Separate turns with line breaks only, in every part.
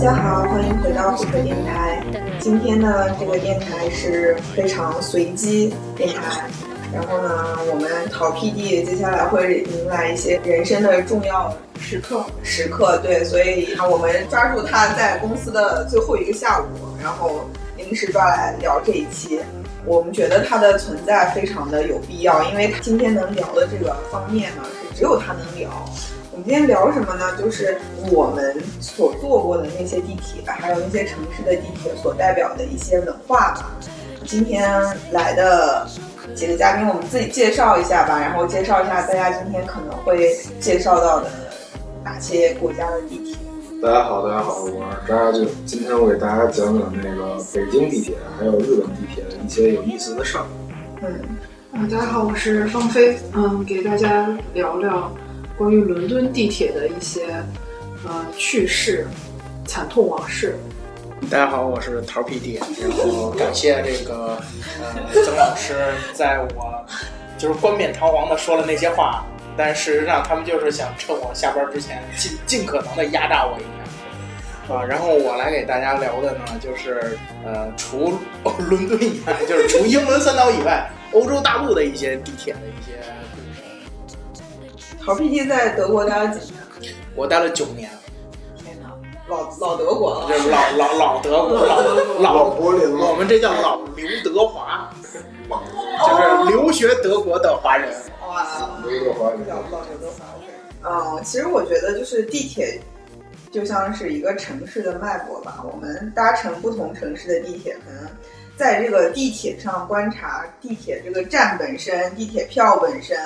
家好，欢迎回到虎克电台。今天呢，这个电台是非常随机电台。然后呢，我们淘 PD 接下来会迎来一些人生的重要
时刻，
时刻，对，所以我们抓住他在公司的最后一个下午，然后临时抓来聊这一期。我们觉得它的存在非常的有必要，因为今天能聊的这个方面呢，是只有他能聊。我们今天聊什么呢？就是我们所坐过的那些地铁，还有那些城市的地铁所代表的一些文化吧。今天来的几个嘉宾，我们自己介绍一下吧，然后介绍一下大家今天可能会介绍到的哪些国家的地铁。
大家好，大家好，我是扎扎俊。今天我给大家讲讲那个北京地铁还有日本地铁的一些有意思的事儿。
嗯，
嗯，大家好，我是芳菲，嗯，给大家聊聊关于伦敦地铁的一些呃趣事、惨痛往事。
大家好，我是桃 PD，然后感谢这个呃曾老师在我就是冠冕堂皇的说了那些话，但事实上他们就是想趁我下班之前尽尽可能的压榨我一下啊。然后我来给大家聊的呢，就是呃除、 哦伦敦以外，就是除英伦三岛以外， 欧洲大陆的一些地铁的一些故事。
陶 PD 在德国待了几年？
我待了九年，
天哪，老老德国了。
就是老老老德国老老
柏林
我们这叫老刘德华，就是留学德国的华人。
哇，
刘德华
比较老刘德华。嗯，其实我觉得就是地铁，就像是一个城市的脉搏吧。我们搭乘不同城市的地铁，可能在这个地铁上观察地铁这个站本身、地铁票本身，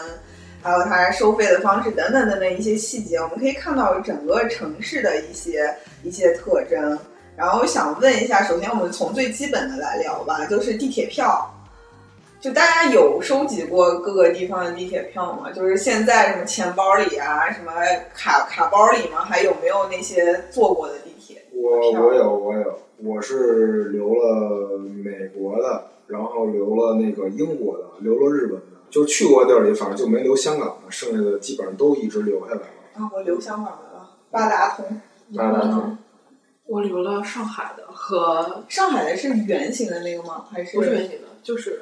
还有它收费的方式等等等等一些细节，我们可以看到整个城市的一些一些特征。然后我想问一下，首先我们从最基本的来聊吧，就是地铁票。就大家有收集过各个地方的地铁票吗？就是现在什么钱包里啊，什么卡卡包里吗？还有没有那些坐过的地铁？
我我有我有，我是留了美国的，然后留了那个英国的，留了日本的，就是去过地儿里，反正就没留香港的，剩下的基本上都一直留下来了。
啊，我留香港的了，八达通。
八达通，
我留了上海的和
上海的是圆形的那个吗？还是
不是圆形的，就是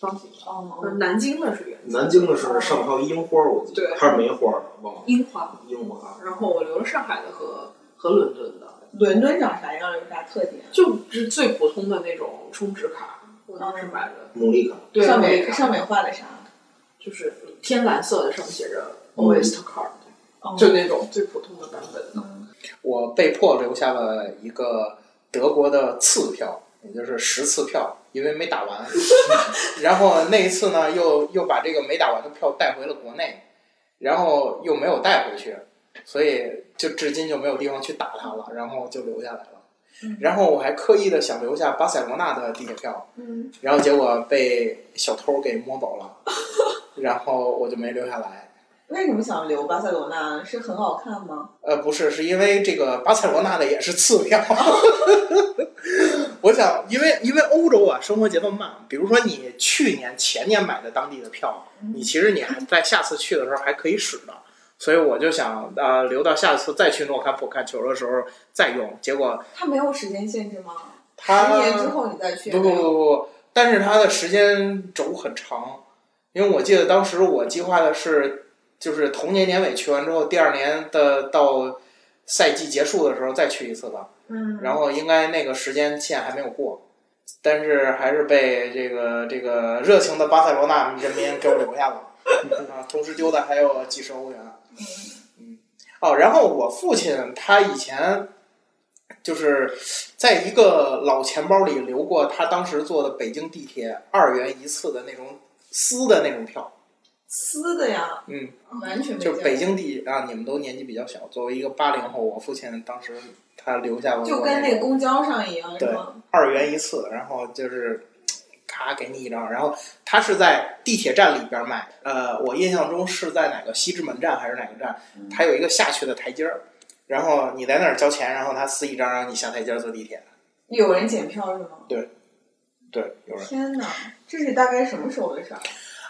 方形的。呃
哦，
南京的是圆形，
南京的是上票樱花，我记得
对
还是梅花，忘了
樱花。
樱花。
然后我留了上海的和和伦敦的，
伦敦长啥样？有啥特点？
就是最普通的那种充值卡，我当时买的。
牡蛎卡，
对，
上
那
面
个卡
上面画的啥？
就是天蓝色的，上面写着
嗯
Oyster Card，、
哦
就那种最普通的版本的。
我被迫留下了一个德国的次票，也就是十次票，因为没打完。 然后那一次呢，又又把这个没打完的票带回了国内，然后又没有带回去，所以就至今就没有地方去打它了，然后就留下来了
嗯。
然后我还刻意的想留下巴塞罗那的地铁票，
嗯，
然后结果被小偷给摸 走了，然后我就没留下来。
为什么想留巴塞罗那？是很好看吗？
呃，不是，是因为这个巴塞罗那的也是次票。 我想，因为因为欧洲啊，生活节奏慢，比如说你去年前年买的当地的票，
嗯
你其实你还在下次去的时候还可以使的，所以我就想呃留到下次再去诺坎普看球的时候再用。结果
它没有时间限制吗？
他
十年之后你再去。
不不不不，但是它的时间轴很长，因为我记得当时我计划的是，就是同年年尾去完之后，第二年的到赛季结束的时候再去一次吧。
嗯，
然后应该那个时间线还没有过，但是还是被这个这个热情的巴塞罗那人民给我留下了啊，同时丢的还有几十欧元。啊嗯，哦，然后我父亲他以前就是在一个老钱包里留过他当时坐的北京地铁二元一次的那种撕的那种票，
撕的呀，
嗯，
完全没
就是北
见
京地啊，你们都年纪比较小，作为一个八零后，我父亲当时他留下了
过
我
就跟
那
那
个
个公交上一样，是
对
吗？
二元一次，然后就是咔给你一张，然后他是在地铁站里边卖，呃，我印象中是在哪个西直门站还是哪个站，它有一个下去的台阶儿，然后你在那儿交钱，然后他撕一张让你下台阶儿坐地铁。
有人检票是吗？
对，有人，
天哪，这是大概什么时候的事儿？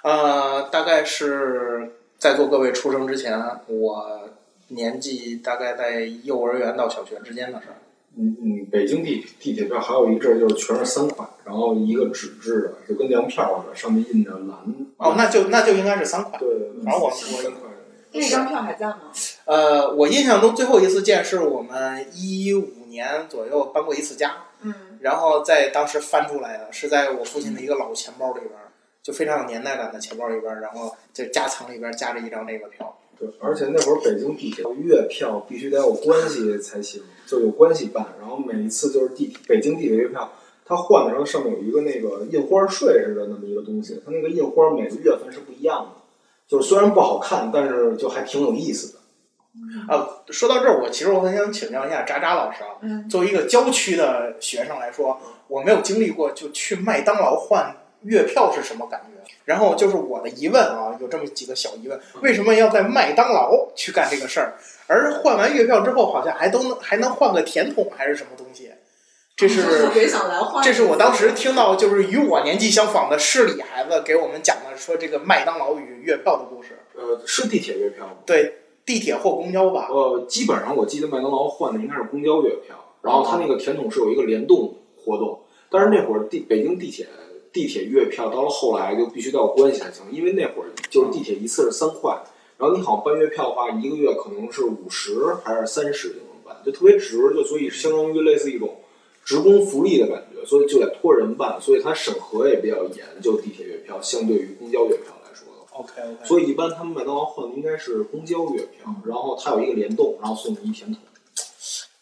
呃，大概是在座各位出生之前，我年纪大概在幼儿园到小学之间的事儿。
嗯嗯，北京地地铁票还有一阵儿就是全是三块，然后一个纸质的，就跟粮票似的，上面印着蓝。
哦，那就那就应该是三块。
对对对，
反正我
是三块的那个。
那张票还在吗？
呃，我印象中最后一次见是我们一五年左右搬过一次家，
嗯，
然后在当时翻出来的是在我父亲的一个老钱包里边儿，就非常有年代感的钱包里边儿，然后在夹层里边儿夹着一张那个票。
对，而且那会儿北京地铁月票必须得有关系才行，就有关系办。然后每一次就是地铁北京地铁月票，它换的时候上面有一个那个印花税似的那么一个东西，它那个印花每个月份是不一样的，就是虽然不好看，但是就还挺有意思的。
啊，说到这儿，我其实我很想请教一下渣渣老师啊，
嗯
作为一个郊区的学生来说，我没有经历过就去麦当劳换月票是什么感觉。然后就是我的疑问啊，有这么几个小疑问：为什么要在麦当劳去干这个事儿？而换完月票之后，好像还都能还能换个甜筒还是什么东西？这是
别想来换。
这是我当时听到，就是与我年纪相仿的市里孩子给我们讲的，说这个麦当劳与月票的故事。
呃，是地铁月票吗？
对，地铁或公交吧。
呃，基本上我记得麦当劳换的应该是公交月票，然后它那个甜筒是有一个联动活动，但是那会儿地北京地铁地铁月票到了后来就必须得有关系才行，因为那会儿就是地铁一次是三块，然后你好像办月票的话，一个月可能是五十还是三十就能办，就特别值，就所以相当于类似一种职工福利的感觉，所以就得托人办，所以它审核也比较严，就地铁月票相对于公交月票来说的话。
OK OK。
所以一般他们麦当劳换的应该是公交月票，然后它有一个联动，然后送你一甜筒。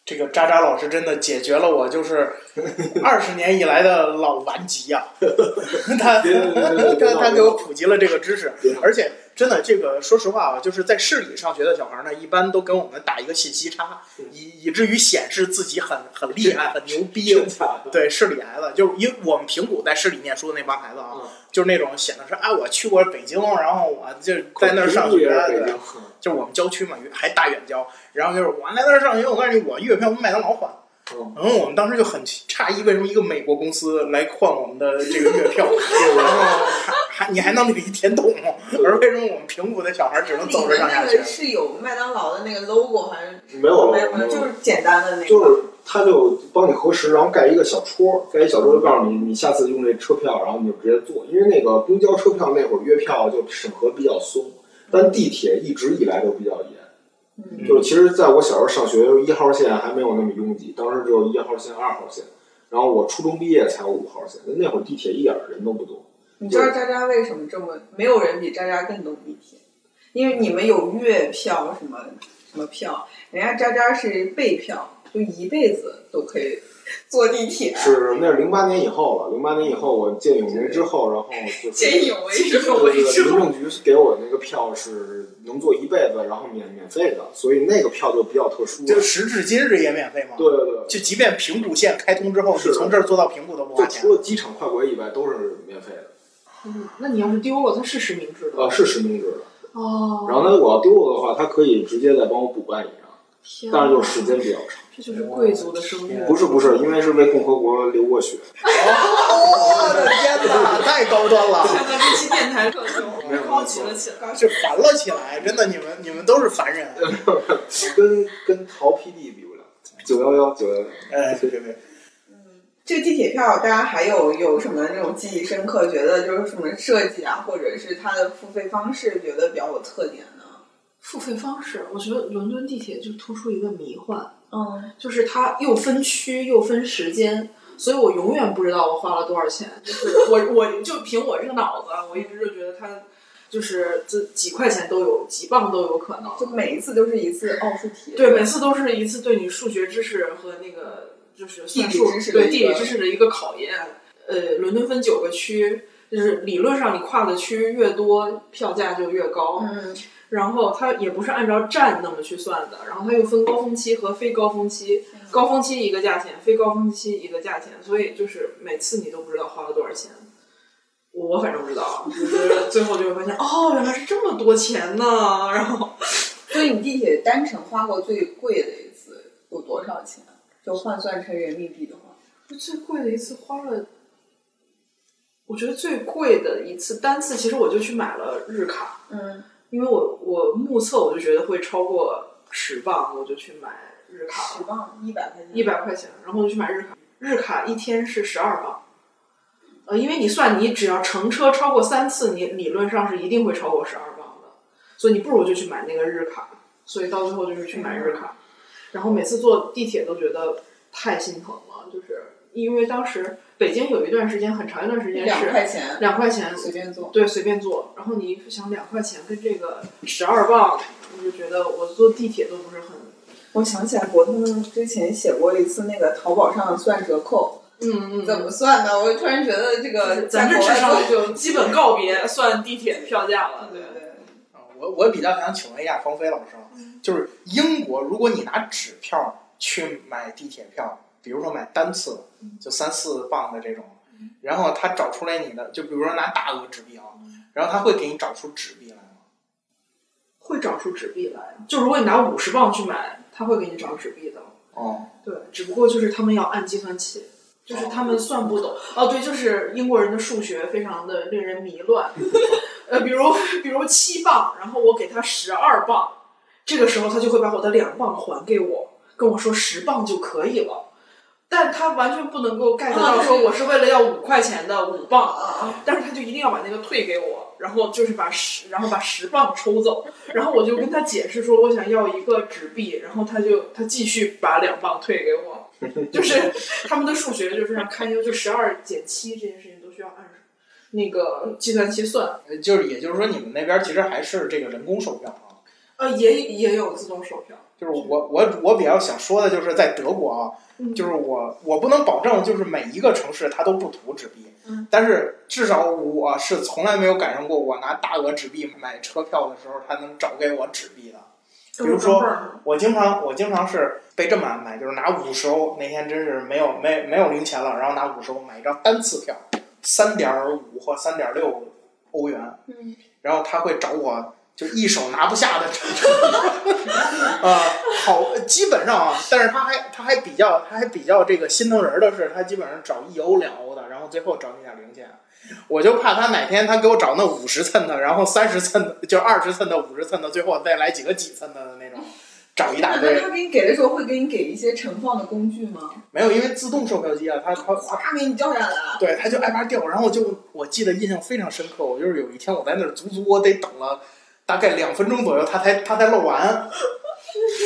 这个渣渣老师真的解决了我就是二十年以来的老顽疾呀、他
别别别别别
他他给我普及了这个知识
别闹，
而且真的这个说实话啊，就是在市里上学的小孩呢，一般都跟我们打一个信息差
嗯，
以以至于显示自己很很厉害、很牛逼。
假的？
对市里孩子，就是因为我们平谷在市里念书的那帮孩子啊，
嗯
就是那种显得是啊，我去过北京，然后我就在那儿上
也
学，
是啊北
对
京。
就是我们郊区嘛，还大远郊，然后就是我在那儿上学，我告诉你，我月票跟麦当劳换。
嗯，
然后我们当时就很诧异，为什么一个美国公司来换我们的这个月 票，然后还你还能领一甜筒，而为什么我们平谷的小孩只能走着上下哦
那个
学？
是有麦当劳的那个 logo 还是
没有
没有没有，就是简单的那个。
就是他就帮你核实，然后盖一个小戳，盖一小戳就告诉你，你下次用这车票，然后你就直接坐。因为那个公交车票那会儿月票就审核比较松，但地铁一直以来都比较严。
嗯
就是其实在我小时候上学，的时候，一号线还没有那么拥挤，当时只有一号线、二号线。然后我初中毕业才有五号线，那会儿地铁一点儿人都不多。
你知道渣渣为什么这么没有人比渣渣更懂地铁？因为你们有月票什么什么票，人家渣渣是备票，就一辈子都可以坐地铁。
是，那是零八年以后了。零八年以后，我见永明之后，然后就是
见义勇为之后，
对对对民政局给我那个票是能坐一辈子，然后免免费的，所以那个票就比较特殊了。
嗯就
对
时至今日也免费吗？，
对对，
就即便平谷线开通之后，
是
你从这儿坐到平谷都不花
就
钱。
除了机场快轨以外都是免费的，
嗯，那你要是丢了，它是实名制的。
呃，是实名制的。
哦，
然后呢，我要丢了的话，他可以直接再帮我补办一张，
天
但是就
哪
是时间比较长。
这就是贵族的生
天
活。
不是不是，因为是为共和国流过血。
哦我的天哪，太高端了，
看到这期电台特种
没有
好奇了起来。
是烦了起来，真的，你们你们都是凡人。啊
跟跟淘 PD 比不了，九幺幺九幺幺。
哎，对对对，
这地铁票，大家还有有什么那种记忆深刻，觉得就是什么设计啊，或者是它的付费方式，觉得比较有特点呢？
付费方式，我觉得伦敦地铁就突出一个迷幻，
嗯，
就是它又分区又分时间，所以我永远不知道我花了多少钱。 就是我我就凭我这个脑子，我一直就觉得它就是这几块钱都有，几磅都有可能。
就每一次都是一次奥数题。
对，每次都是一次对你数学知识和那个就是算
地理
术
知识的
对
一
地理
个
知识的一个考验。呃，伦敦分九个区，就是理论上你跨的区越多，票价就越高。
嗯，
然后它也不是按照站那么去算的，然后它又分高峰期和非高峰期，
嗯
高峰期一个价钱，非高峰期一个价钱，所以就是每次你都不知道花了多少钱。我我反正不知道，就是最后就会发现，哦，原来是这么多钱呢。然后
所以你地铁单程花过最贵的一次有多少钱？啊就换算成人民币的话，
最贵的一次花了，我觉得最贵的一次单次，其实我就去买了日卡，
嗯，
因为我我目测我就觉得会超过十磅，我就去买日卡
十
了，
磅一百块钱，
一百块钱，然后我就去买日卡，日卡一天是十二磅。呃，因为你算你只要乘车超过三次，你理论上是一定会超过十二磅的，所以你不如就去买那个日卡。所以到最后就是去买日卡，然后每次坐地铁都觉得太心疼了，就是因为当时北京有一段时间很长一段时间
两
是
块钱
两块钱
随便坐。
对，随便坐。然后你一想两块钱跟这个十二磅，我就觉得我坐地铁都不是很，
我想起来，博通之前写过一次那个淘宝上算折扣
嗯嗯，
怎么算的，我突然觉得这个
咱
在
这
国
智
外
商
都
就基本告别算地铁票价了，
对
对。
对
啊我我比较想请问一下芳菲老师啊，就是英国，如果你拿纸票去买地铁票，比如说买单次，就三四磅的这种，然后他找出来你的，就比如说拿大额纸币啊，然后他会给你找出纸币来吗？
会找出纸币来。就如果你拿五十磅去买，他会给你找纸币的。
哦，
对，只不过就是他们要按计算器，就是他们算不懂。哦，对，就是英国人的数学非常的令人迷乱。 呃，比如比如七磅，然后我给他十二磅，这个时候他就会把我的两磅还给我，跟我说十磅就可以了。但他完全不能够 get 到说我是为了要五块钱的五磅，但是他就一定要把那个退给我，然后就是把十，然后把十磅抽走，然后我就跟他解释说我想要一个纸币，然后他就他继续把两磅退给 我，就是他们的数学就非常堪忧，就十二减七这件事情都需要按那个计算器算，
呃就是也就是说你们那边其实还是这个人工售票啊。
呃，也也有自动售票，
就是我我我比较想说的就是在德国啊，
嗯
就是我我不能保证就是每一个城市它都不涂纸币，
嗯
但是至少我是从来没有赶上过我拿大额纸币买车票的时候，他能找给我纸币的。比如说，我经常我经常是被这么安排，就是拿五十欧，那天真是没有没没有零钱了，然后拿五十欧买一张单次票，三点五或三点六欧元，
嗯
然后他会找我就一手拿不下的程度，啊，好，基本上啊，但是他还他还比较他还比较这个心疼人的是，他基本上找一欧两欧的，然后最后找你点零钱。我就怕他哪天他给我找那五十寸的，然后三十寸的，就二十寸的、五十寸的，最后再来几个几寸的的那种，找一
那
大
那
堆。
他给你给的时候会给你给一些盛放的工具吗？
没有，因为自动售票机啊，它它
咵给你掉下来了。
对，他就挨巴掉，然后就我记得印象非常深刻，我就是有一天我在那儿足足我得等了大概两分钟左右，他才他才漏完，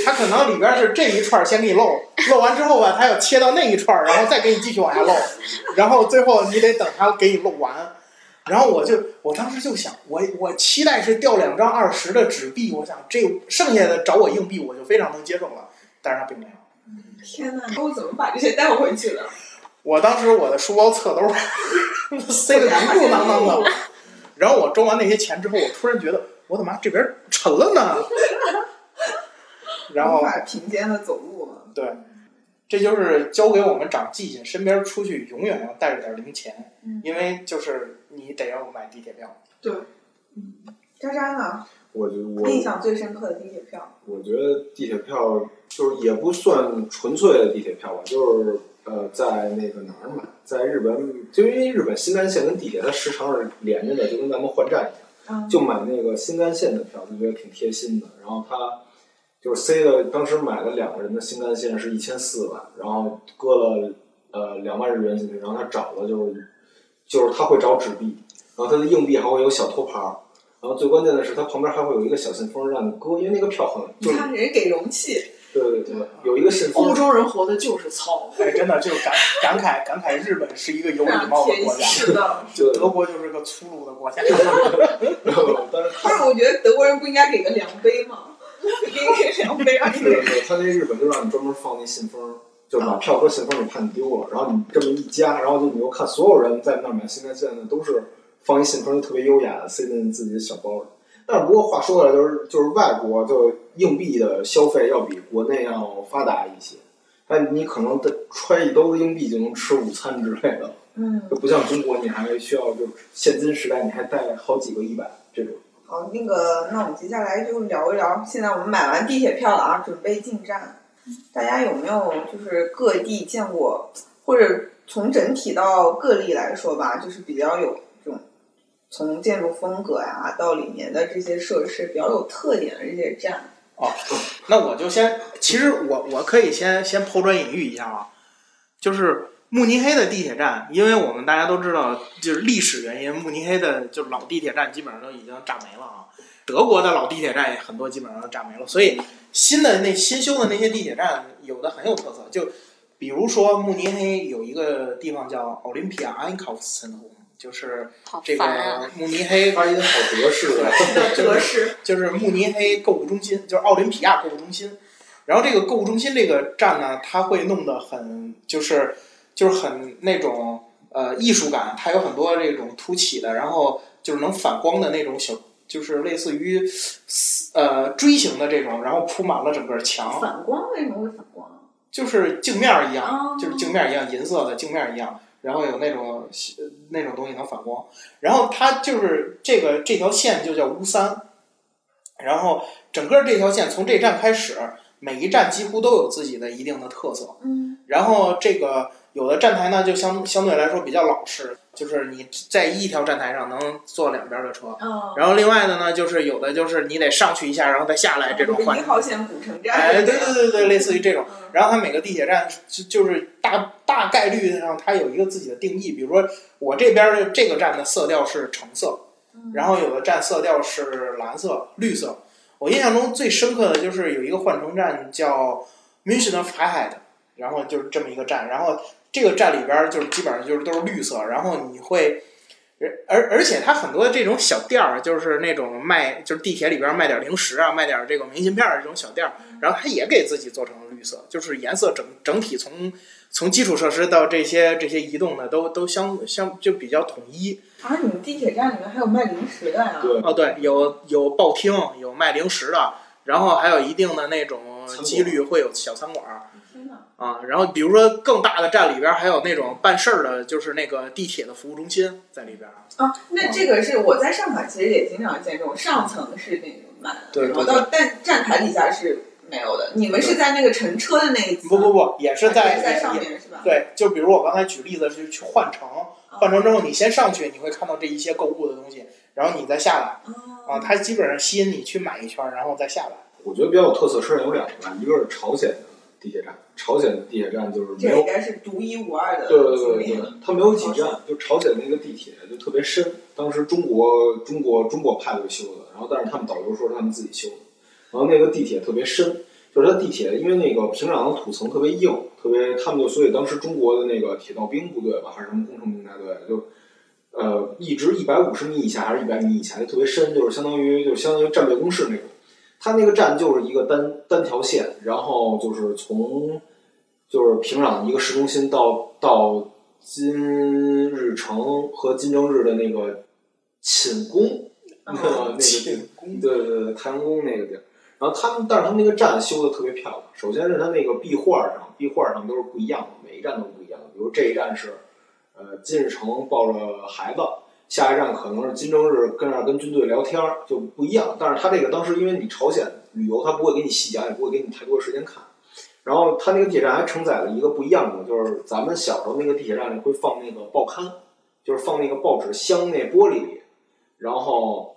他可能里边是这一串先给你漏，漏完之后吧，他要切到那一串，然后再给你继续往下漏，然后最后你得等他给你漏完。然后我就，我当时就想，我我期待是掉两张二十的纸币，我想这剩下的找我硬币，我就非常能接受了。但是他并没有。
天哪，我怎么把这些带回去的？
我当时我的书包侧兜 塞得鼓鼓囊囊的，然后我装完那些钱之后，我突然觉得我怎么这边沉了 呢？然后
无法平肩的走路啊了。
这就是教给我们长记性，身边出去永远要带着点零钱，
嗯
因为就是你得要买地铁票。
渣渣呢？
我就我
印象最深刻的地铁票，
我觉得地铁票就是也不算纯粹的地铁票吧，就是呃，在那个哪儿买，在日本，就因为日本新干线跟地铁它时常是连着的，就跟咱们换站一
嗯
样，就买那个新干线的票，就觉得挺贴心的。然后它就是塞了，当时买了两个人的新干线是一千四百，然后搁了呃两万日元进去，然后他找的就是就是他会找纸币，然后他的硬币还会有小托盘儿。然后最关键的是，它旁边还会有一个小信封让你搁，因为那个票很
你
就是哦
看人家给容器，
对对对，有一个信
欧
封，
洲人活的就 是糙，
哎，真的就感感慨感慨，日本是一个有礼貌的国家，
是啊的。
就
德国就是个粗鲁的国家。
然后但是
不是，我觉得德国人不应该给个量杯吗？ 给给量杯让你
是 的，他那日本就让你专门放那信封，就是把票搁信封里怕你丢了，然后你这么一夹，然后就你又看所有人在那儿买新干线的都是放一信封，特别优雅的塞进自己的小包里。但是不过话说回来，就是就是外国就硬币的消费要比国内要发达一些，但你可能得揣一兜子硬币就能吃午餐之类的，
嗯，
就不像中国你还需要就是现金时代你还带好几个一百这种。
好，那个，那我们接下来就聊一聊，现在我们买完地铁票了啊，准备进站，大家有没有就是各地见过，或者从整体到个例来说吧，就是比较有这种从建筑风格呀、到里面的这些设施比较有特点的这些站，
哦，那我就先，其实我我可以先先抛砖引玉一下啊，就是慕尼黑的地铁站，因为我们大家都知道，就是历史原因，慕尼黑的就是老地铁站基本上都已经炸没了啊。德国的老地铁站也很多基本上都炸没了，所以新的那新修的那些地铁站有的很有特色，就比如说慕尼黑有一个地方叫奥林匹亚安考夫斯坦，就是
好
这
烦啊！
个慕尼黑
发音好德式啊！
就是
格式
就是慕尼黑购物中心，就是奥林匹亚购物中心。然后这个购物中心这个站呢，它会弄得很就是就是很那种呃艺术感，它有很多这种凸起的，然后就是能反光的那种小，就是类似于呃锥形的这种，然后铺满了整个墙，
反光为什么会反
啊
光？
就是镜面儿一样。
啊，
就是镜面一样，银色的镜面一样，然后有那种呃那种东西能反光，然后它就是这个这条线就叫乌三，然后整个这条线从这站开始，每一站几乎都有自己的一定的特色，
嗯，
然后这个有的站台呢就相相对来说比较老实，就是你在一条站台上能坐两边的车。
哦，
然后另外的呢，就是有的就是你得上去一下，然后再下来这种换
一号线古城站，
哎，对对对对，类似于这种
嗯。
然后它每个地铁站就就是大大概率上它有一个自己的定义，比如说我这边的这个站的色调是橙色，
嗯
然后有的站色调是蓝色、绿色。我印象中最深刻的就是有一个换乘站叫 München f r e i h e t 然后就是这么一个站，然后这个站里边儿就是基本上就是都是绿色，然后你会。而而且它很多这种小店儿，啊就是那种卖，就是地铁里边儿卖点儿零食啊，卖点儿这个明信片儿这种小店儿，然后它也给自己做成了绿色，就是颜色整整体从从基础设施到这些这些移动的都都相相就比较统一。
啊，你们地铁站里面还有卖零食的呀？
对，
哦，对，有有报厅，有卖零食的，然后还有一定的那种
餐馆
几率会有小餐馆儿。
天哪，
啊，然后比如说更大的站里边儿还有那种办事儿的，就是那个地铁的服务中心在里边儿。
啊，那这个是我在上海其实也经常见这种，上层是那种卖的，
对对
然后
对
到但站台底下是没有的。你们是在那个乘车的那一层，
不不不，也是
还
在
是在上
也
面是吧？
对，就比如我刚才举例子是去换乘，换
哦
乘之后你先上去，你会看到这一些购物的东西，然后你再下来
啊，
啊，它基本上吸引你去买一圈儿，然后再下来。
我觉得比较有特色车站有两个，一个是朝鲜的地铁站，朝鲜的地铁站就是
这
没有
应该是独一无二的
对对
经
对
历
对
了。，
它没有几站，就朝鲜那个地铁就特别深。当时中国中国中国派队修的，然后但是他们导游说是他们自己修的，然后那个地铁特别深，就是它地铁因为那个平壤的土层特别硬，特别他们就所以当时中国的那个铁道兵部队吧，还是什么工程兵大队就。呃，一直一百五十米以下还是一百米以下，就特别深，就是相当于就相当于战略工事那种。它那个站就是一个单单条线，然后就是从就是平壤一个市中心到到金日成和金正日的那个寝宫， 那个那个地对
个
对对对，太阳宫那个地儿。然后他们，但是他们那个站修的特别漂亮。首先是它那个壁画上，壁画上都是不一样的，每一站都不一样。比如这一站是，呃，金日成抱着孩子，下一站可能是金正日跟那儿跟军队聊天儿，就不一样。但是他这个当时因为你朝鲜旅游，他不会给你细讲，也不会给你太多的时间看。然后他那个地铁站还承载了一个不一样的，就是咱们小时候那个地铁站里会放那个报刊，就是放那个报纸箱那玻璃里，然后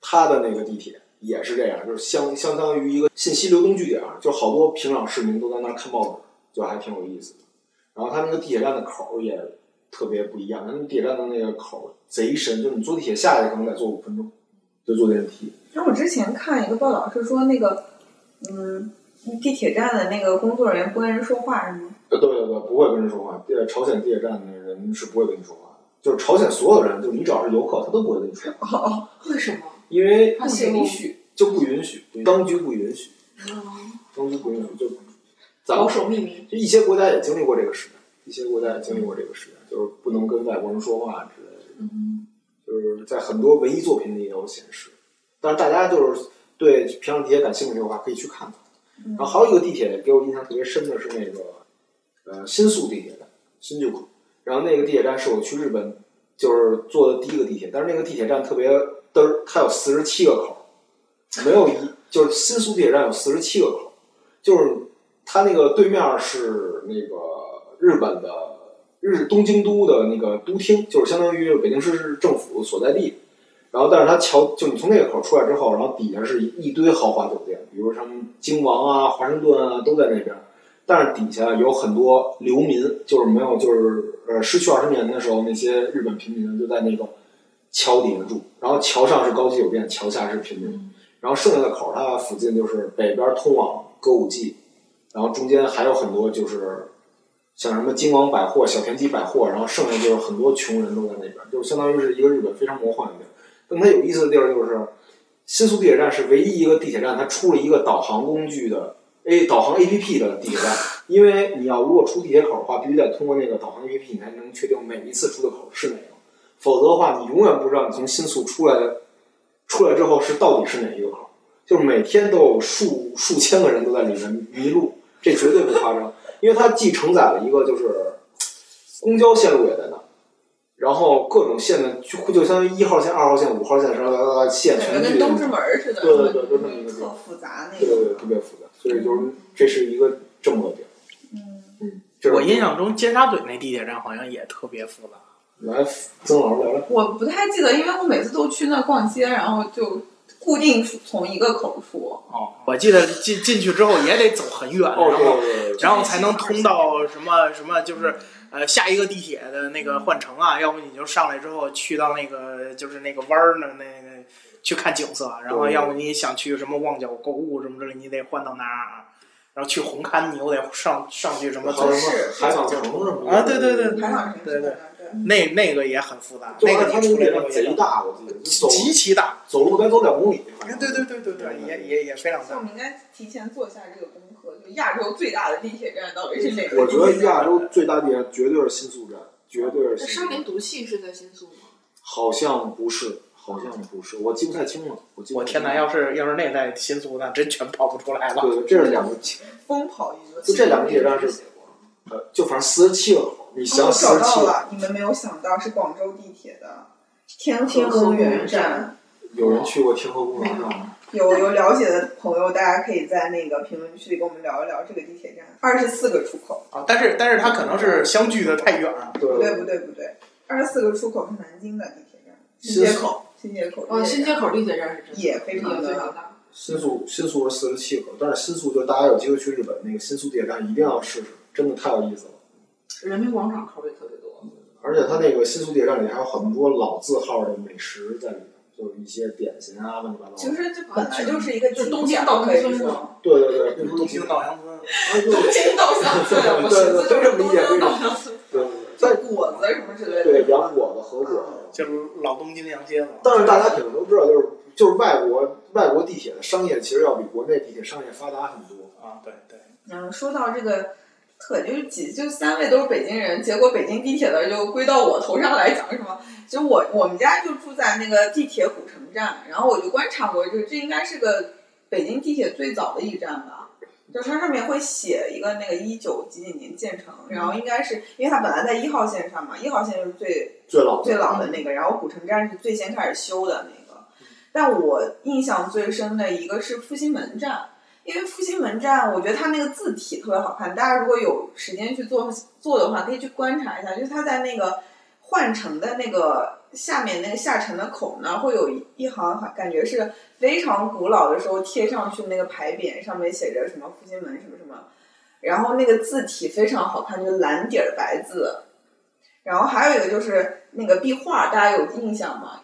他的那个地铁也是这样，就是相相当于一个信息流动据点，啊就好多平壤市民都在那儿看报纸，就还挺有意思的。然后他那个地铁站的口儿也特别不一样，他那地铁站的那个口儿贼深，就是你坐地铁下去可能得坐五分钟，就坐电梯。
那我之前看一个报道是说那个，嗯，地铁站的那个工作人员不跟人说话是吗？
呃，对对对，不会跟人说话。呃，朝鲜地铁站的人是不会跟你说话的，就是朝鲜所有人，就是你只要是游客，他都不会跟你说话，
哦，
为什么？
因为
他
不
行
允许，哦
就不允许，当局不允许，当局不允许，就咱们
守秘密，
就一些国家也经历过这个时代，一些国家也经历过这个时代，就是不能跟外国人说话之类的。就是在很多文艺作品里也有显示。但是大家就是对平壤地铁感兴趣的话，可以去看看。然后还有一个地铁给我印象特别深的是那个呃新宿地铁站，新宿口。然后那个地铁站是我去日本就是坐的第一个地铁，但是那个地铁站特别嘚儿，它有四十七个口儿，没有一就是新宿地铁站有四十七个口儿，就是它那个对面是那个日本的日东京都的那个都厅，就是相当于北京市政府所在地。然后，但是它桥就你从那个口出来之后，然后底下是一堆豪华酒店，比如什么京王啊、华盛顿啊都在那边。但是底下有很多流民，就是没有，就是呃失去二十年的时候，那些日本平民就在那个桥底下住，然后桥上是高级酒店，桥下是平民，然后剩下的口儿它附近就是北边通往歌舞伎，然后中间还有很多就是像什么金王百货、小田急百货，然后剩下就是很多穷人都在那边，就相当于是一个日本非常魔幻的地儿。但它有意思的地儿就是，新宿地铁站是唯一一个地铁站，它出了一个导航工具的 A 导航 APP 的地铁站，因为你要如果出地铁口的话，必须得通过那个导航 APP，你才能确定每一次出的口是哪个，否则的话，你永远不知道你从新宿出来的出来之后是到底是哪一个口，就是每天都有数数千个人都在里面迷路，这绝对不夸张，因为它既承载了一个就是公交线路也在那儿。然后各种线的就就相当于一号线、二号线、五号线什么的线
感
全
觉跟
聚在一
东
起
直门似的，
对对对，就这么一个地
特
儿，
复杂那
对
个。
对对，特别复杂，所以就是这是一个这么个地儿。
嗯，
嗯，就是
我印象中尖沙咀那地铁站好像也特别复杂。
来，曾老师聊聊，
我不太记得，因为我每次都去那逛街，然后就固定从一个口出。
哦，我记得进进去之后也得走很远，然后
哦对
然后才能通到什么什么，就是呃下一个地铁的那个换乘啊，要不你就上来之后去到那个就是那个弯儿那那个去看景色，啊然后
对
要不你想去什么旺角购物什么之类，你得换到哪儿，啊然后去红磡你又得上上去什么
好
走
像是海港城什么的
啊对对对
海港城
对
市
对
的对。
那那个也很复杂，
就
那
是
个
嗯他
你
那
出
个地
来之后
方
也
贼
得
大，我记得就走
极其大，
走路得走两公里。反
对
正
对对对对，也也也非常
所以
大
我。们应该提前做一下这个功课，就亚洲最大的地铁站到底是哪个？
我觉得亚洲最大地铁绝对是新宿站，绝对是
那
新
沙
宿站。
林毒气是在新宿吗？
好像不是，好像不是，我记不太清了。我记不
我
太
天哪，
清了！
要是要是那在新宿，那真全跑不出来了。
对对，这是两个，
疯跑娱乐，
就这两个地铁站是呃，就反正四十七个口，你
哦
想
我
四
找
十
到
七
了，你们没有想到是广州地铁的天
天河
公
公园
园站。
有人去过天河公园吗？
有有了解的朋友，大家可以在那个评论区里跟我们聊一聊这个地铁站。二十四个出口，
啊，但是但是它可能是相距的太远了。
不对
对，
不对不对，二十四个出口是南京的地铁站，
新
街
宿
口，新街口，
哦，新街口地铁站是真的
也非常
也非常
的，
大。
新宿新宿是四十七口，但是新宿就大家有机会去日本那个新宿地铁站一定要试试，真的太有意思了。
人民广场口也特别多。
而且它那个新宿地铁站里还有很多老字号的美食在里面，就是一些点心啊，乱七八糟
嗯其
的。
实这本来就是一个
就是
景
东
点
京到
可以
东村
说，
对对对，并不是
东京稻香村，
啊对 对
京到乡村
对对，可以这么理解，可以这么理解。对
就
对
果子什么之类
对，对
的。
洋果子、和果
嗯
子。
就是老东京洋街嘛。
但是大家可能都知道，就是就是外国外国地铁的商业其实要比国内地铁商业发达很多。
啊，对对，
嗯，说到这个特，就是几就三位都是北京人，结果北京地铁的就归到我头上来讲是吗？
就我我们家就住在那个地铁古城站，然后我就观察过，这这应该是个北京地铁最早的一站吧。就它上面会写一个那个一九几几年建成，然后应该是因为它本来在一号线上嘛，一号线就是最
最老的
最老的那个，然后古城站是最先开始修的那个。但我印象最深的一个是复兴门站，因为复兴门站，我觉得它那个字体特别好看。大家如果有时间去做做的话，可以去观察一下，就是它在那个换乘的那个下面那个下沉的口那儿，会有一一行感觉是非常古老的时候贴上去那个牌匾，上面写着什么复兴门什么什么，然后那个字体非常好看，就是蓝底儿白字。然后还有一个就是那个壁画，大家有印象吗？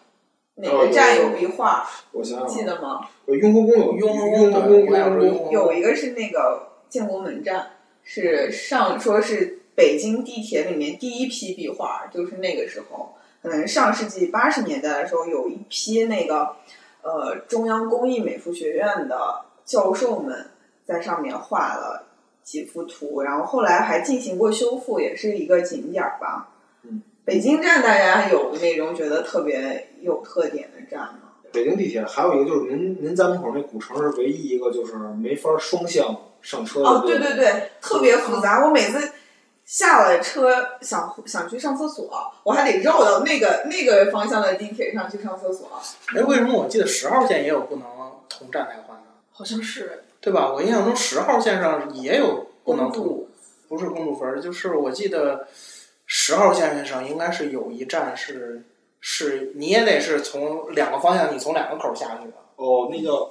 哪
哦
个站有壁画？
我想
记
想啊，
得吗？
呃雍和宫有
雍和
雍
宫
和
对，
宫
我想
雍
说
和
雍
宫，
和
有
宫。
一个是那个建国门站，是上说是北京地铁里面第一批壁画，就是那个时候，可能上世纪八十年代的时候，有一批那个呃中央工艺美术学院的教授们在上面画了几幅图，然后后来还进行过修复，也是一个景点儿吧。
嗯，
北京站大家有那种觉得特别有特点的站吗？
北京地铁还有一个就是您您家门口那古城是唯一一个就是没法双向上车的。
哦，对对对，特别复杂。我每次下了车想想去上厕所，我还得绕到那个那个方向的地铁上去上厕所。
哦
哎，为什么我记得十号线也有不能同站来换的，
好像是哎
对吧？我印象中十号线上也有不能
公
同，不是公主坟，就是我记得十号线上应该是有一站是是你也得是从两个方向，你从两个口儿下去的，
哦，那叫，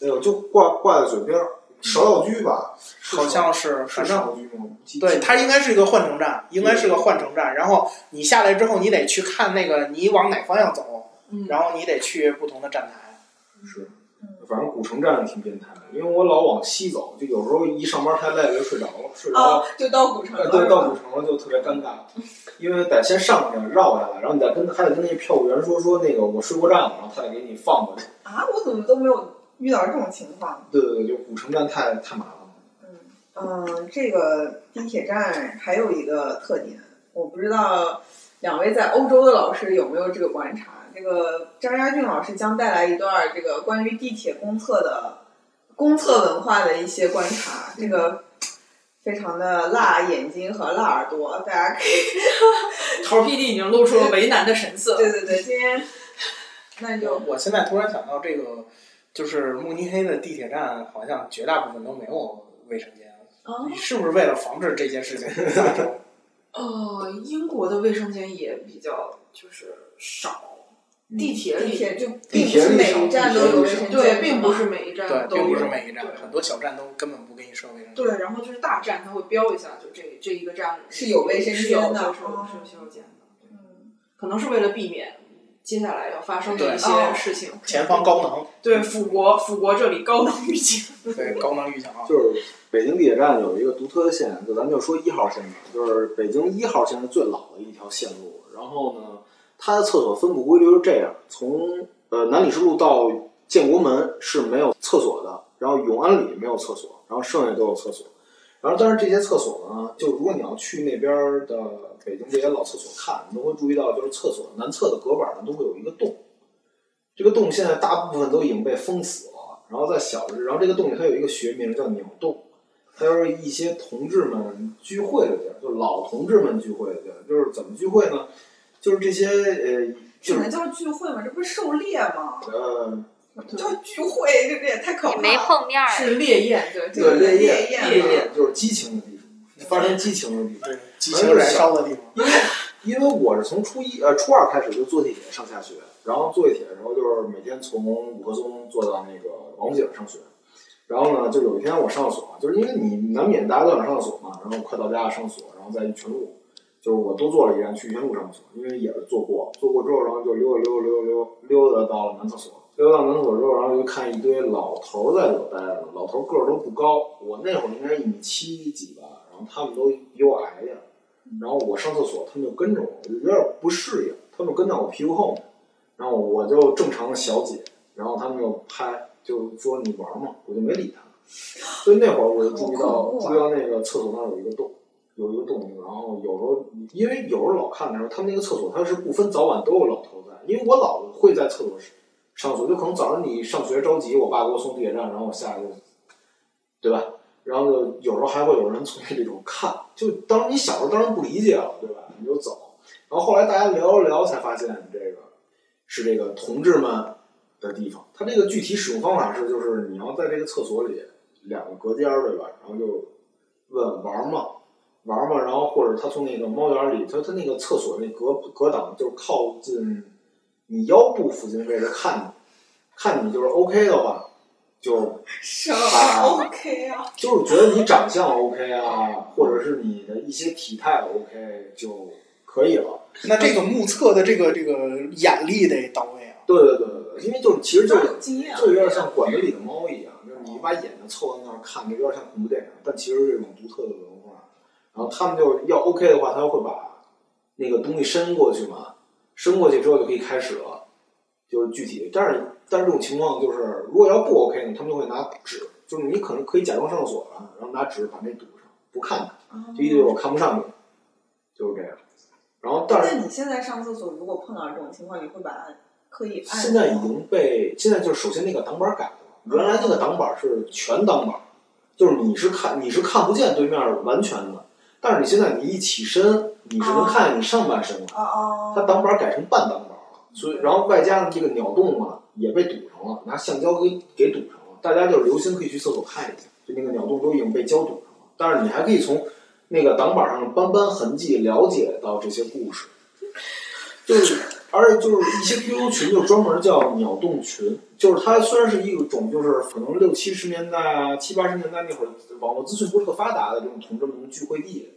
哎呦，就挂挂在嘴边儿，芍药居吧，是
好像是，
是
反正
芍药居吗？
对，它应该是一个换乘站，应该是个换乘站。然后你下来之后，你得去看那个你往哪方向走，
嗯
然后你得去不同的站台。
是，反正古城站挺变态的，因为我老往西走，就有时候一上班太累了就睡着了，睡着了，
哦，就到古城
呃
了。
对，到古城了就特别尴尬，因为得先上去绕下来，然后你再跟还得跟那票务员说说那个我睡过站了，然后他再给你放过去。
啊，我怎么都没有遇到这种情况？
对对对，就古城站太太麻烦了。
嗯，这个地铁站还有一个特点，我不知道两位在欧洲的老师有没有这个观察。这个张家俊老师将带来一段这个关于地铁公厕的公厕文化的一些观察，这个非常的辣眼睛和辣耳朵，大家可以
桃 PD 已经露出了为难的神色。
对对对，今天那就
我现在突然想到，这个就是慕尼黑的地铁站，好像绝大部分都没有卫生间。
哦
你是不是为了防止这件事情发生？
呃，英国的卫生间也比较就是少，地铁
地
里
铁就
地
并不
铁
是
里
每
少
一站
地
都有
铁里
卫
少
生间，
对，并不
是
是每一
对，
站都
并不是
有。
每一站，
对
很多小站都根本不给你设卫生间。
对，然后就是大站，它会标一下，就这这一个站
是有卫生
是
间
有
的
是有是
哦
有洗手间的，可能是为了避免接下来要发生的
对
一
哦
些事情。
前方高能，
对，辅国辅国这里高能预警。
对高能预警啊！
就是北京地铁站有一个独特的线，就咱就说一号线吧，就是北京一号线是最老的一条线路。然后呢，它的厕所分布规律是这样：从呃南礼士路到建国门是没有厕所的，然后永安里没有厕所，然后剩下都有厕所。然后，但是这些厕所呢，就如果你要去那边儿的北京这些老厕所看，你都会注意到，就是厕所南侧的隔板上都会有一个洞，这个洞现在大部分都已经被封死了。然后在小的，然后这个洞里它有一个学名叫鸟洞。还有一些同志们聚会的地儿，就老同志们聚会的地儿，就是怎么聚会呢？就是这些呃，
只
就是
能叫聚会嘛，这不是狩猎吗？
呃，
叫聚会，这这也太可怕
也没
了。
碰面儿，
是烈焰，对
这个
对烈
烈焰
烈焰就是激情的地方，发生激情的地方。
对，激情燃烧的地方。
因为我是从初一呃初二开始就坐地铁上下学，然后坐地铁的时候就是每天从五棵松坐到那个王府井上学。然后呢，就有一天我上所，就是因为你难免大家都想上所嘛，然后快到家了上所，然后再去群路，就是我多坐了一站去云路上厕所，因为也是坐过，坐过之后，然后就溜达溜达溜达溜达溜达到了男厕所，溜达到男厕所之后，然后就看一堆老头儿在里头待着，老头儿个儿都不高，我那会儿应该一米七几吧，然后他们都比我矮点儿，然后我上厕所，他们就跟着我，我就有点不适应，他们就跟在我屁股后面，然后我就正常的小姐，然后他们就拍，就说你玩嘛，我就没理他们，所以那会儿我就注意
好
到
恐怖啊
注意到那个厕所那儿有一个洞。有一个动静，然后有时候因为有时候老看的时候，他们那个厕所它是不分早晚都有老头在，因为我老会在厕所上厕所，就可能早上你上学着急，我爸给我送地铁站，然后我下来就，对吧？然后就有时候还会有人从那里头看，就当时你小时候当然不理解了，对吧？你就走，然后后来大家聊了聊，才发现这个是这个同志们的地方。它这个具体使用方法是，就是你要在这个厕所里两个隔间儿，对吧？然后就问玩嘛，玩嘛，然后或者他从那个猫眼里，他他那个厕所那隔隔挡就是靠近你腰部附近位置看你，看你就是 OK 的话，就
什 么 OK 啊？
就是觉得你长相 OK 啊，或者是你的一些体态 OK 就可以了。
那这个目测的这个这个眼力得到位啊。
对对对对对，因为就是其实就
这
是
有经验啊，
就有点像馆子里的猫一样，就是你把眼睛凑到那儿看，就有点像恐怖电影，但其实是一种独特的文化。然后他们就要 OK 的话，他会把那个东西伸过去嘛，伸过去之后就可以开始了，就是具体。但是但是这种情况就是，如果要不 OK 呢，他们就会拿纸，就是你可能可以假装上厕所了，然后拿纸把那堵上，不看它，就意味着我看不上你，就是这样。然后但是
哎那你现在上厕所，如果碰到这种情况，你会把它刻意按？
现在已经被现在就是首先那个挡板改了，原来那个挡板是全挡板，就是你是看你是看不见对面完全的，但是你现在你一起身，你是能看见你上半身的。
哦哦，
它挡板改成半挡板了，所以然后外加上这个鸟洞嘛也被堵上了，拿橡胶给给堵上了。大家就是留心可以去厕所看一下，就那个鸟洞都已经被胶堵上了。但是你还可以从那个挡板上的斑斑痕迹了解到这些故事，就是而且就是一些 QQ 群就专门叫鸟洞群，就是它虽然是一种就是可能六七十年代啊、七八十年代那会儿网络资讯不是特发达的这种同志们的聚会地，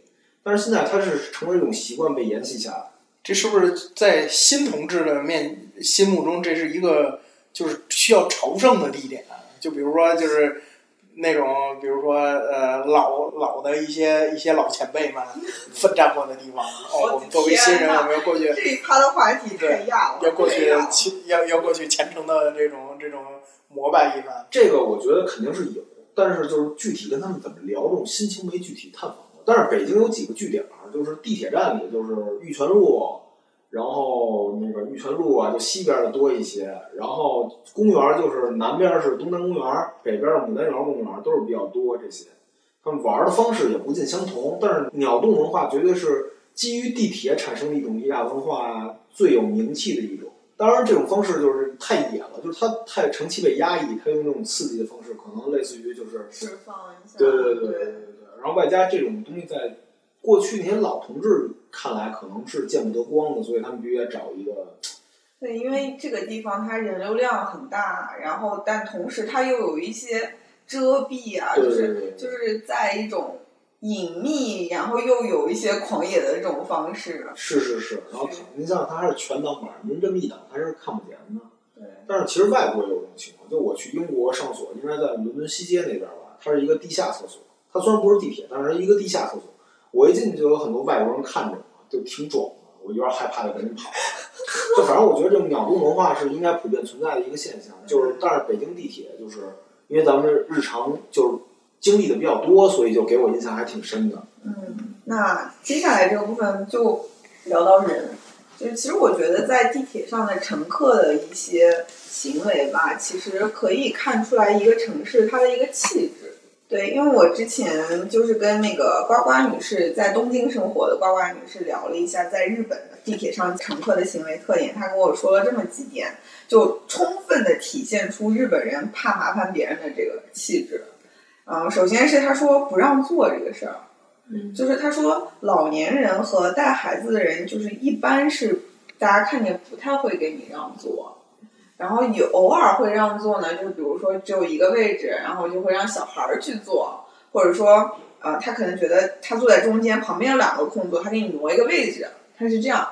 但是现在它是成为一种习惯被沿袭下来。
这是不是在新同志的面心目中，这是一个就是需要朝圣的地点啊？就比如说，就是那种，比如说呃，老老的一些一些老前辈 们奋战过的地方。哦，我们作为新人，我们要过去，
这一趴的话题太亚了，
要过
太
去
亚了
虔，要要过去虔诚的这种这种膜拜一番。
这个我觉得肯定是有，但是就是具体跟他们怎么聊，这种心情没具体探访过。但是北京有几个据点儿，啊就是地铁站里，就是玉泉路，然后那个玉泉路啊，就西边儿的多一些，然后公园儿就是南边儿是东单公园儿，北边儿是牡丹园公园儿，都是比较多这些。他们玩儿的方式也不尽相同，但是鸟洞文化绝对是基于地铁产生的一种亚文化最有名气的一种。当然，这种方式就是太野了，就是它太长期被压抑，它用这种刺激的方式，可能类似于就是
释放一下。
对对对对对对。然后外加这种东西，在过去那些老同志看来，可能是见不得光的，所以他们必须得找一个
对，因为这个地方它人流量很大，然后但同时它又有一些遮蔽啊，
对
就
对
是
对对
就是在一种隐秘，然后又有一些狂野的这种方式。
是是是，然后
是
您像他还是全党版，您这么一党还是看不见的。
对，
但是其实外国也有这种情况，就我去英国上所，应该在伦敦西街那边吧，它是一个地下厕所，它虽然不是地铁，但是它一个地下厕所。我一进去就有很多外国人看着我，就挺壮的，我有点害怕，就赶紧跑。就反正我觉得这种鸟笼文化是应该普遍存在的一个现象，就是但是北京地铁就是因为咱们日常就是经历的比较多，所以就给我印象还挺深的。
嗯，那接下来这个部分就聊到人，就是其实我觉得在地铁上的乘客的一些行为吧，其实可以看出来一个城市它的一个气质。对，因为我之前就是跟那个呱呱女士在东京生活的呱呱女士聊了一下在日本的地铁上乘客的行为特点，她跟我说了这么几点，就充分的体现出日本人怕麻烦别人的这个气质。嗯，首先是她说不让座这个事儿，就是他说老年人和带孩子的人，就是一般是大家看见不太会给你让座，然后有偶尔会让座呢，就是比如说只有一个位置，然后就会让小孩儿去坐，或者说呃他可能觉得他坐在中间，旁边有两个空座，他给你挪一个位置，他是这样。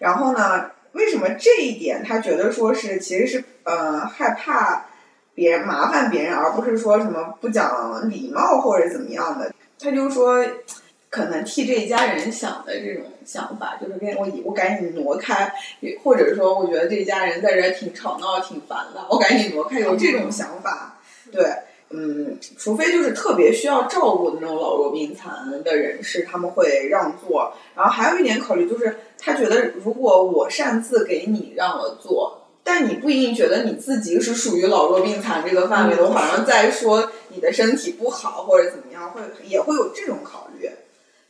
然后呢，为什么这一点他觉得说是其实是呃害怕别人麻烦别人，而不是说什么不讲礼貌或者怎么样的？他就说可能替这一家人想的这种想法，就是跟我我赶紧挪开，或者说我觉得这一家人在这儿挺吵闹、挺烦的，我赶紧挪开，有这种想法。对，嗯，除非就是特别需要照顾的那种老弱病残的人士，他们会让座。然后还有一点考虑就是，他觉得如果我擅自给你让了座。但你不一定觉得你自己是属于老弱病残这个范围的，我好像在说你的身体不好或者怎么样，会也会有这种考虑。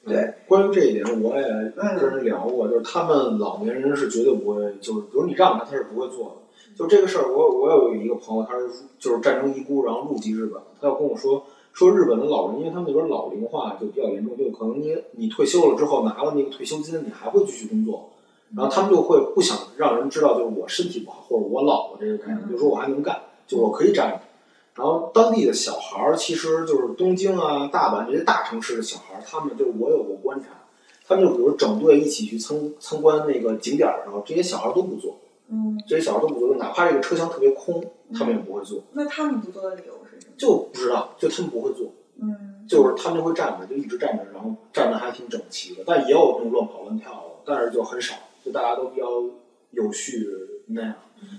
对，
关于这一点我也
嗯，
跟人聊过，就是他们老年人是绝对不会，就是比如你让他，他是不会做的。就这个事儿，我我有一个朋友，他是就是战争遗孤，然后入籍日本，他要跟我说说日本的老人，因为他们那边老龄化就比较严重，就可能你你退休了之后拿了那个退休金，你还会继续工作，然后他们就会不想让人知道就是我身体不好或者我老了这个概念，就说我还能干，就我可以站着。然后当地的小孩儿，其实就是东京啊、大阪这些大城市的小孩儿，他们就我有过观察，他们就比如整队一起去参参观那个景点儿，然后这些小孩都不做，
嗯，
这些小孩都不做，就哪怕这个车厢特别空，他们也不会做，
那他们不做的理由是什么？
就不知道，就他们不会做，
嗯，
就是他们就会站着，就一直站着，然后站的还挺整齐的，但也有那种乱跑乱跳的，但是就很少，就大家都比较有序那样，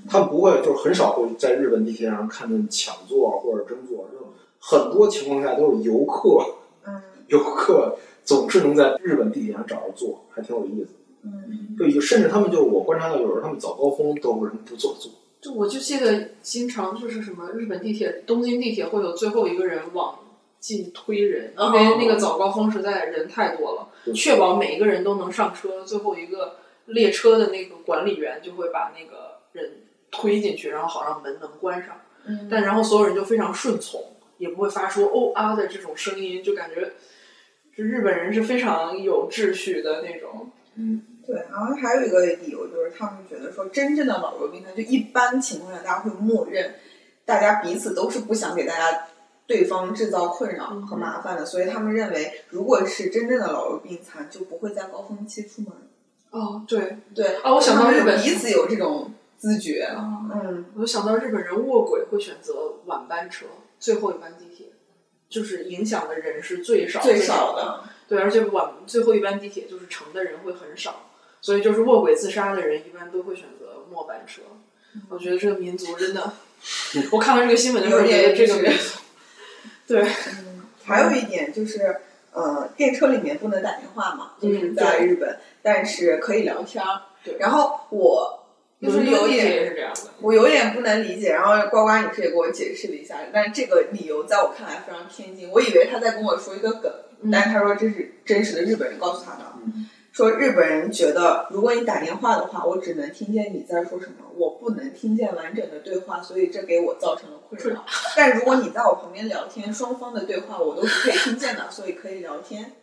他们不会，就是很少会在日本地铁上看见抢座或者争座，就很多情况下都是游客，
嗯，
游客总是能在日本地铁上找着座，还挺有意思的。
嗯，
对，有甚至他们就是我观察到有人他们早高峰都是不坐坐，
就我就记得经常就是什么日本地铁、东京地铁会有最后一个人往进推人，因为那个早高峰实在人太多了，
对
确保每一个人都能上车。最后一个列车的那个管理员就会把那个人推进去，然后好让门能关上。
嗯
但然后所有人就非常顺从，也不会发出哦啊的这种声音，就感觉就日本人是非常有秩序的那种。
嗯，
对，然后还有一个理由就是，他们觉得说，真正的老弱病残，就一般情况下大家会默认，大家彼此都是不想给大家对方制造困扰和麻烦的，所以他们认为，如果是真正的老弱病残，就不会在高峰期出门。
哦，对，
对，
啊，我想到
他们
日本
彼此有这种自觉。
啊
嗯，
我想到日本人卧轨会选择晚班车，最后一班地铁，就是影响的人是最少
最
少
少。的，
对，而且晚最后一班地铁就是乘的人会很少，所以就是卧轨自杀的人一般都会选择末班车。
嗯
我觉得这个民族真的，我看到这个新闻的时候
有
觉
点
得这个
意
民
识
族，对，
还有一点就是，呃，电车里面不能打电话嘛，就是
嗯
在
对
日本，但是可以聊天儿
对。
然后我就是有
伦敦地
点
铁也是这样的。
我有点不能理解，然后呱呱女士也给我解释了一下，但是这个理由在我看来非常偏激。我以为她在跟我说一个梗，
嗯
但是她说这是真实的日本人告诉她的，
嗯
说日本人觉得如果你打电话的话，我只能听见你在说什么，我不能听见完整的对话，所以这给我造成了困扰。但如果你在我旁边聊天，双方的对话我都是可以听见的，所以可以聊天。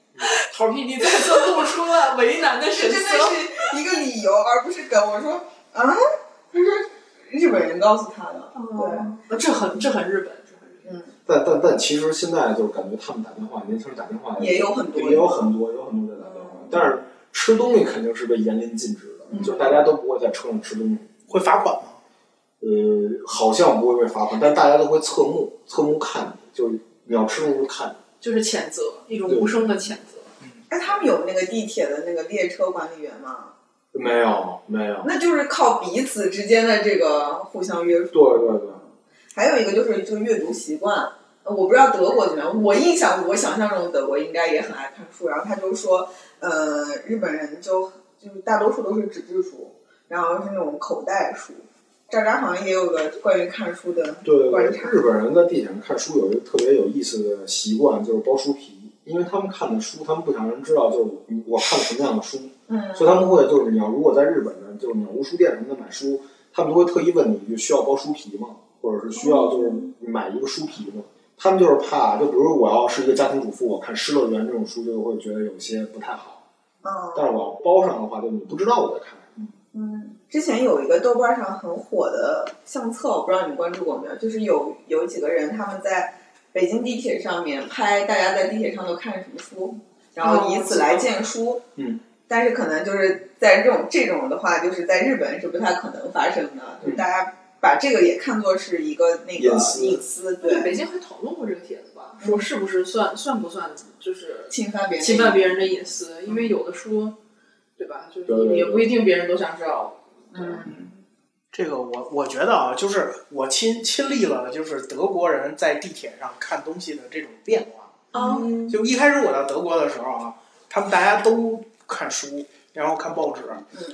桃皮，你再次露出了为难的
这
神
真的
色。
是一个理由，而不是梗。我说啊，他说日本人告诉他的，对。
对，这很这很日本，这很日本。
但但但其实现在就是感觉他们打电话，年轻人打电话
也有很多嗯
也有很多有很多在打电话，但是吃东西肯定是被严令禁止的，就是大家都不会在车上吃东西。
会罚款吗？
呃，好像不会被罚款，但大家都会侧目侧目看你，就是你要吃东西就看你。
就是谴责，一种无声的谴责。
哎，他们有那个地铁的那个列车管理员吗？
没有没有，
那就是靠彼此之间的这个互相约束。
对对对，
还有一个就是就阅读习惯，呃我不知道德国怎么样。我印象我想象中德国应该也很爱看书，然后他就说，呃，日本人就就是大多数都是纸质书，然后是那种口袋书。渣渣好像也有个关于看书的，
对对对
观，察
日本人在地铁上看书有一个特别有意思的习惯，就是包书皮，因为他们看的书，他们不想让人知道就是你我看什么样的书，
嗯，
所以他们会就是你要如果在日本呢，就是鸟屋书店什么的买书，他们都会特意问你一句需要包书皮吗？或者是需要就是买一个书皮吗？他们就是怕，就比如我要是一个家庭主妇，我看《失乐园》这种书就会觉得有些不太好，
嗯，
但是我要包上的话，就你不知道我在看什么。
嗯，之前有一个豆瓣上很火的相册，我不知道你关注过没有，就是有有几个人他们在北京地铁上面拍大家在地铁上都看什么书，然后以此来荐书。
嗯。
但是可能就是在这种这种的话，就是在日本是不太可能发生的，就是大家把这个也看作是一个那个
隐私
隐私，
对，
对，
北京还讨论过这个帖子吧，说是不是算算不算就是
侵犯别人，
侵犯别人的隐私？因为有的说，对吧？就
对对
是
对
也不一定别人都想知道。
嗯，
这个我我觉得啊，就是我亲亲历了，就是德国人在地铁上看东西的这种变化。
嗯
就一开始我到德国的时候啊，他们大家都看书，然后看报纸，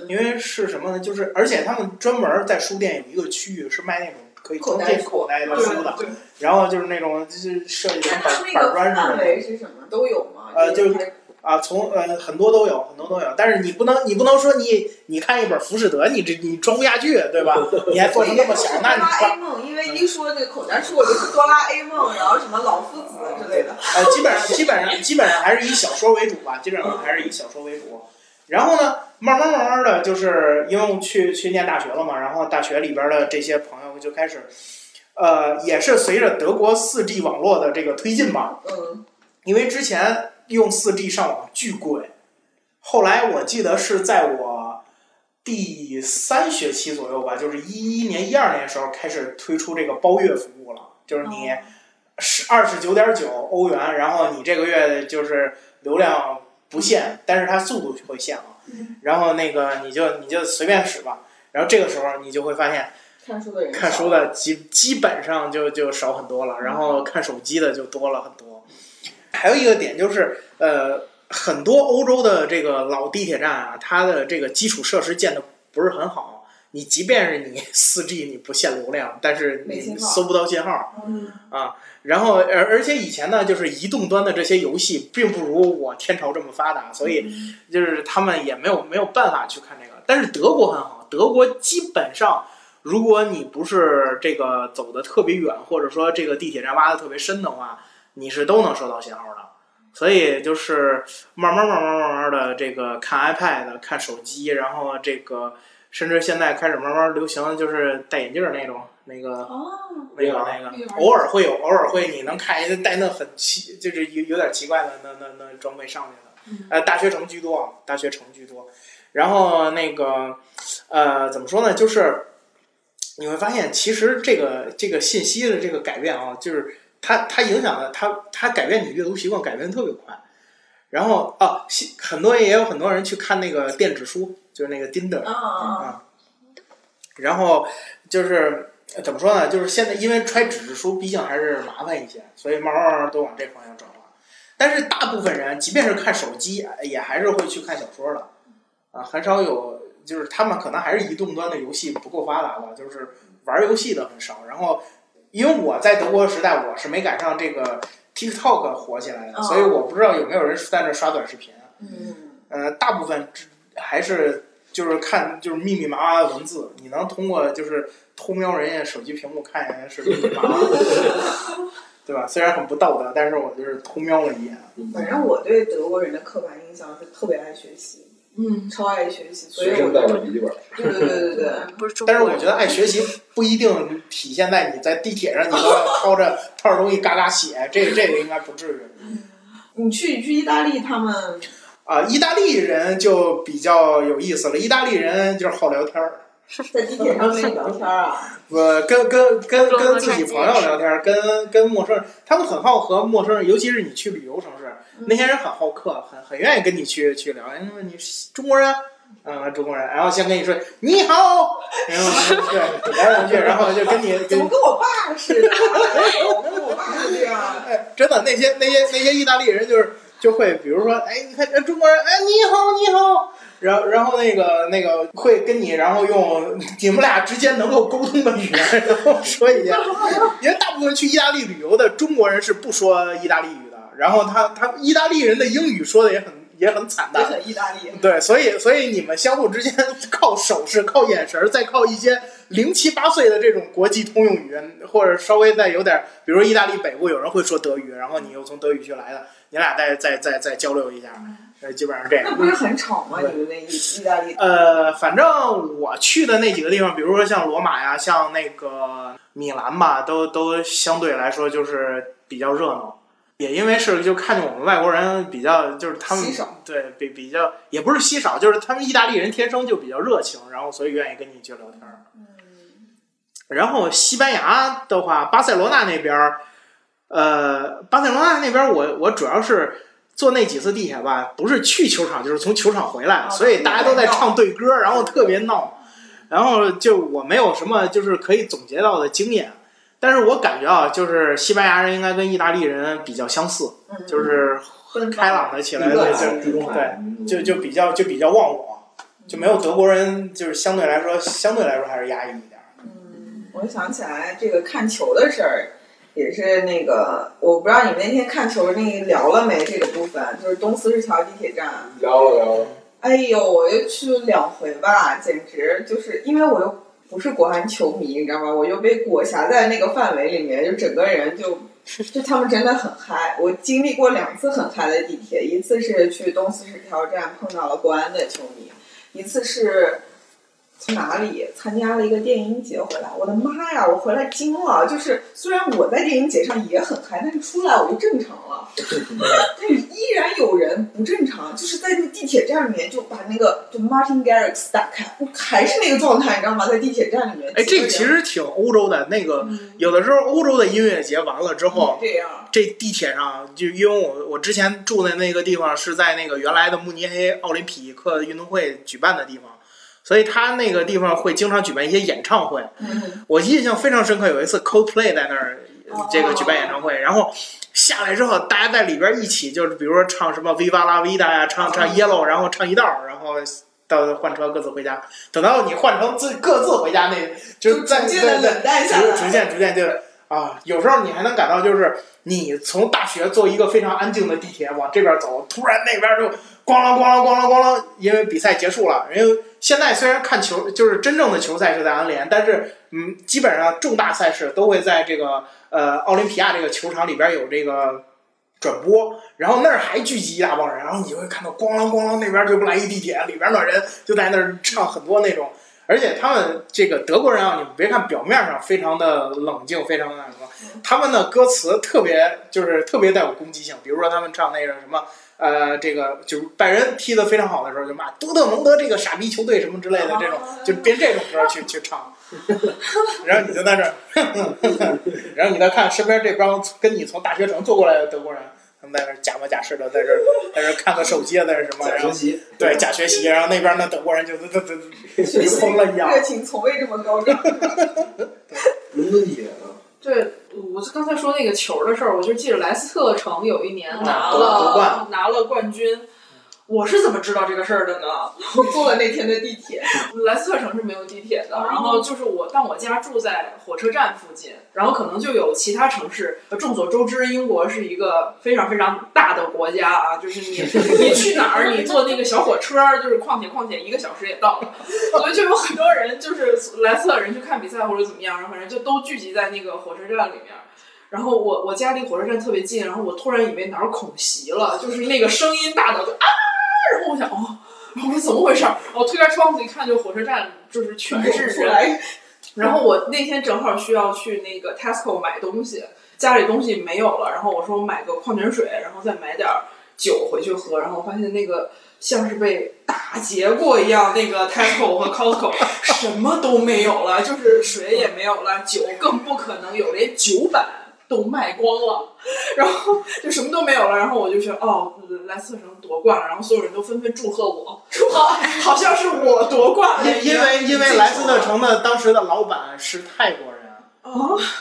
因为是什么呢？就是而且他们专门在书店有一个区域是卖那种可以装进口袋的书的，
对，
然后就是那种就是设计成
那他
板
们那个
板砖似
范
的。
围是什么都有吗？
呃就是
还
啊，从呃很多都有，很多都有，但是你不能你不能说你你看一本浮士德，你这你装不下去，对吧？你还做成那么小，那你
哆
嗯
啦
装
A 梦，因为一说这个口袋书，我就是哆啦 A 梦，然后什么老夫子之类的。
呃，基本上基本上基本上还是以小说为主吧，基本上还是以小说为主。然后呢，慢慢慢慢的就是因为我去去念大学了嘛，然后大学里边的这些朋友就开始，呃，也是随着德国四 G 网络的这个推进吧，
嗯，
因为之前用4 G 上网巨贵，后来我记得是在我第三学期左右吧，就是一一年、一二年的时候开始推出这个包月服务了，就是你是二十九点九欧元，然后你这个月就是流量不限，但是它速度会限啊，然后那个你就你就随便使吧，然后这个时候你就会发现。
看书的人，
看书，的基基本上就就少很多了，然后看手机的就多了很多。还有一个点就是，呃，很多欧洲的这个老地铁站啊，它的这个基础设施建的不是很好。你即便是你4 G 你不限流量，但是
没信
你
号
搜不到信号，啊
嗯，
然后，而而且以前呢，就是移动端的这些游戏并不如我天朝这么发达，所以
嗯
就是他们也没有没有办法去看这个。但是德国很好，德国基本上，如果你不是这个走的特别远，或者说这个地铁站挖的特别深的话，你是都能收到信号的。所以就是慢慢慢慢慢慢的这个看 iPad、看手机，然后这个甚至现在开始慢慢流行就是戴眼镜儿那种那个
哦，
那个那个，偶尔会有，偶尔会你能看一个带那很奇，就是有有点奇怪的那那那装备上面的，呃，大学城居多啊，大学城居多。然后那个，呃，怎么说呢？就是你会发现，其实这个这个信息的这个改变啊，就是它它影响的，它它改变你阅读习惯，改变得特别快。然后啊，西很多也有很多人去看那个电子书，就是那个 Dinder，
啊
嗯
啊啊，
然后就是呃怎么说呢？就是现在因为揣纸质书，毕竟还是麻烦一些，所以慢慢慢慢都往这方向转化。但是大部分人，即便是看手机，呃也还是会去看小说的，啊，很少有就是他们可能还是移动端的游戏不够发达吧，就是玩游戏的很少。然后，因为我在德国时代，我是没赶上这个 TikTok 火起来的，
哦
所以我不知道有没有人在那刷短视频。啊
嗯，
呃，大部分只还是就是看就是密密麻麻的文字，你能通过就是偷瞄人家手机屏幕看人家是密密麻麻的，对吧？虽然很不道德，但是我就是偷瞄了一眼。
反正我对德国人的刻板印象是特别爱学习，
嗯，
超爱学习，所以
随身
我
带着笔记本。
对对对对 对，
啊
不是中国
但是
人，
我觉得爱学习不一定体现在你在地铁上你都要掏着掏着东西嘎嘎写，这这个应该不至于。
你去你去意大利，他们
啊，意大利人就比较有意思了。意大利人就是好聊天儿，
在地铁上跟你聊天啊，
我呃跟跟跟
中
跟
国
自
传
己
奇
朋友聊天儿，跟跟陌生人，他们很好和陌生人，尤其是你去旅游城市，那些人很好客，很很愿意跟你去去聊。因为你是中国人，嗯，中国人，然后先跟你说你好， 然后对聊两句，然后就跟你
怎
跟
么
你
跟我爸似的？我跟我爸是这 样，
哎，真的那些那些那些意大利人就是就会，比如说，哎，你看哎中国人，哎，你好，你好。然后，然后那个那个会跟你，然后用你们俩之间能够沟通的语言，然后说一些，因为大部分去意大利旅游的中国人是不说意大利语的，然后他他意大利人的英语说的也很也很惨
也
淡，
很意大利。
对，所以所以你们相互之间 靠手势、靠眼神儿，再靠一些零七八碎的这种国际通用语言，或者稍微再有点儿，比如说意大利北部有人会说德语，然后你又从德语区来的，你俩再再再再交流一下，呃，基本上是这样。
那不是很吵吗？你们那意意大利
呃，反正我去的那几个地方，比如说像罗马呀，像那个米兰吧，都都相对来说就是比较热闹。也因为是就看见我们外国人比较就是他们
稀少
对比比较也不是稀少，就是他们意大利人天生就比较热情，然后所以愿意跟你去聊天儿。
嗯
然后西班牙的话，巴塞罗那那边儿，呃，巴塞罗那那边儿我我主要是坐那几次地铁吧，不是去球场就是从球场回来，
哦
所以大家都在唱对歌，然后特别闹，然后就我没有什么就是可以总结到的经验，但是我感觉啊，就是西班牙人应该跟意大利人比较相似，
嗯
就是
奔
开
放
朗的起来，
地
对
中
就
海，地中海，
就就比较就比较忘我，就没有德国人就是相对来说相对来说还是压抑一点儿。
我想起来这个看球的事儿，也是那个，我不知道你们那天看球那个聊了没？这个部分就是东四十条地铁站，
聊了聊了，
哎呦，我就去了两回吧，简直就是因为我又不是国安球迷，你知道吗？我又被裹挟在那个范围里面，就整个人就。就他们真的很嗨，我经历过两次很嗨的地铁，一次是去东四十条站碰到了国安的球迷，一次是从哪里参加了一个电影节回来，我的妈呀！我回来惊了，就是虽然我在电影节上也很嗨，但是出来我就正常了，但是依然有人不正常，就是在那地铁站里面就把那个就 Martin Garrix 打开，我还是那个状态，你知道吗？在地铁站里面，
哎，
几
这
个
个
人
其实挺欧洲的。那个有的时候欧洲的音乐节完了之后，
这样，
这地铁上就因为我我之前住的那个地方是在那个原来的慕尼黑奥林匹克运动会举办的地方，所以他那个地方会经常举办一些演唱会。
嗯，
我印象非常深刻，有一次 Coldplay 在那儿
哦
这个举办演唱会，然后下来之后，大家在里边一起就是比如说唱什么 Viva La Vida 呀，
哦
唱唱 Yellow，然后唱一道儿，然后到换车各自回家。等到你换成自各自回家那，就是在
逐渐的
在在
冷淡下
逐逐
来，
渐逐渐就是啊，有时候你还能感到就是你从大学坐一个非常安静的地铁往这边走，突然那边就咣啷咣啷咣啷咣啷，因为比赛结束了。因为现在虽然看球就是真正的球赛是在安联，但是嗯，基本上重大赛事都会在这个呃奥林匹亚这个球场里边有这个。转播，然后那儿还聚集一大帮人，然后你就会看到咣啷咣啷那边就来一地铁，里边的人就在那儿唱很多那种，而且他们这个德国人啊，你们别看表面上非常的冷静，非常的那什么，他们的歌词特别就是特别带有攻击性，比如说他们唱那个什么。呃，这个就是拜仁踢得非常好的时候，就骂多特蒙德这个傻逼球队什么之类的这种，就编这种歌去去唱， 然后你就在这儿，然后你再看身边这帮跟你从大学城坐过来的德国人，他们在那儿假模假式的在这儿在这儿看个手机啊，在这儿什么，
在
然
学
后
习，
对假学习，然后那边那德国人就就就就就 疯了一样，
热情从未这么高涨。
伦敦地铁呢？
对，我是刚才说那个球的事儿，我就记得莱斯特城有一年拿
夺夺
了、
冠
拿了冠军。我是怎么知道这个事儿的呢？
我坐了那天的地铁，
莱斯特城是没有地铁的，然后就是我，但我家住在火车站附近，然后可能就有其他城市。众所周知，英国是一个非常非常大的国家啊，就是你你去哪儿，你坐那个小火车，就是况且况且一个小时也到了，所以就有很多人就是莱斯特人去看比赛或者怎么样，然后反正就都聚集在那个火车站里面。然后我我家离火车站特别近，然后我突然以为哪儿恐袭了，就是那个声音大到就啊，然后我想哦，然后我说怎么回事儿？我推开窗子一看，就火车站就是全是
出
人。
来
然后我那天正好需要去那个 Tesco 买东西，家里东西没有了，然后我说我买个矿泉水，然后再买点儿酒回去喝，然后我发现那个。像是被打劫过一样，那个 Tesco 和 Costco 什么都没有了，就是水也没有了，酒更不可能有，连酒版都卖光了，然后就什么都没有了。然后我就觉得，哦，莱斯特城夺冠了，然后所有人都纷纷祝贺我，好，好像是我夺冠了一
因
样。
因为因为莱斯特城的当时的老板是泰国人。
啊，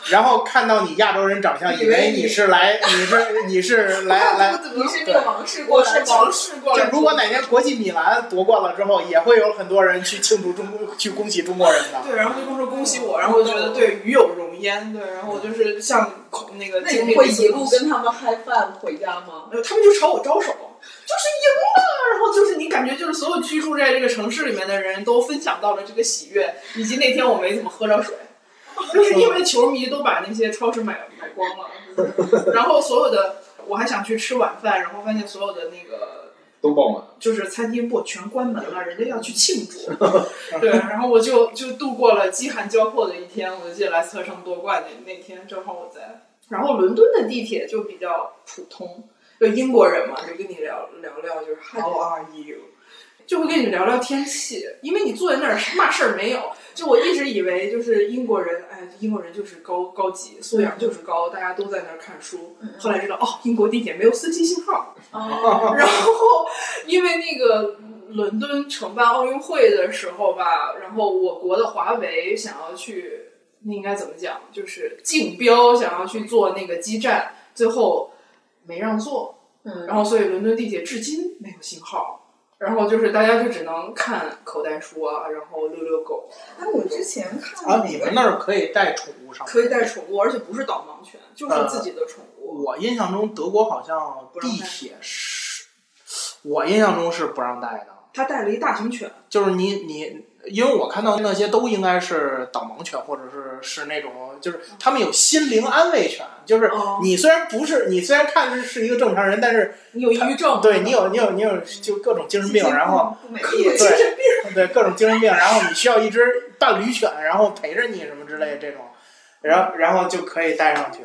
然后看到你亚洲人长相，以
以为
为你是来，你是你是来来
你是那个王室过
我
来
是
的，
王室过
就
来
如果哪天国际米兰夺冠了之后，也会有很多人去庆祝中国，去恭喜中国人的。
对，然后就跟我说恭喜我，然后我觉得对鱼有荣焉，对，然后我就是像孔那个
那
经
你
历
会
一次
一路跟他们嗨饭回家吗？
呃他们就朝我招手，就是赢了，然后就是你感觉就是所有居住在这个城市里面的人都分享到了这个喜悦，以及那天我没怎么喝着水，就是因为球迷都把那些超市买买光了，就是然后所有的我还想去吃晚饭，然后发现所有的那个
都爆满。
就是餐厅不全关门了，人家要去庆祝。对，然后我就就度过了饥寒交迫的一天。我就记得莱斯特城夺冠那那天，正好我在。然后伦敦的地铁就比较普通，就英国人嘛，就跟你聊聊聊，就是 How are you，就会跟你聊聊天气，因为你坐在那儿嘛事儿没有。就我一直以为就是英国人，哎，英国人就是高高级，素养就是高，大家都在那儿看书。后来知道哦，英国地铁没有司机信号，
哦，
然后因为那个伦敦承办奥运会的时候吧，然后我国的华为想要去，那应该怎么讲？就是竞标想要去做那个基站，最后没让做，
嗯，
然后所以伦敦地铁至今没有信号。然后就是大家就只能看口袋书啊，然后遛遛狗啊，
哎，我之前看
啊，你们那儿可以带宠物上？
可以带宠物，而且不是导盲犬，就是自己的宠物。
我印象中德国好像
不让带
地铁是，我印象中是不让带的。
他带了一大型犬，
就是你你，因为我看到那些都应该是导盲犬，或者是是那种，就是他们有心灵安慰犬，就是
哦
你虽然不是，你虽然看是是一个正常人，但是
你有抑郁症，
对你有你有你有就各种精神病，然后
不美
可以
丽，
对对各种精神病，然后你需要一只伴侣犬，然后陪着你什么之类的这种，然后然后就可以带上去。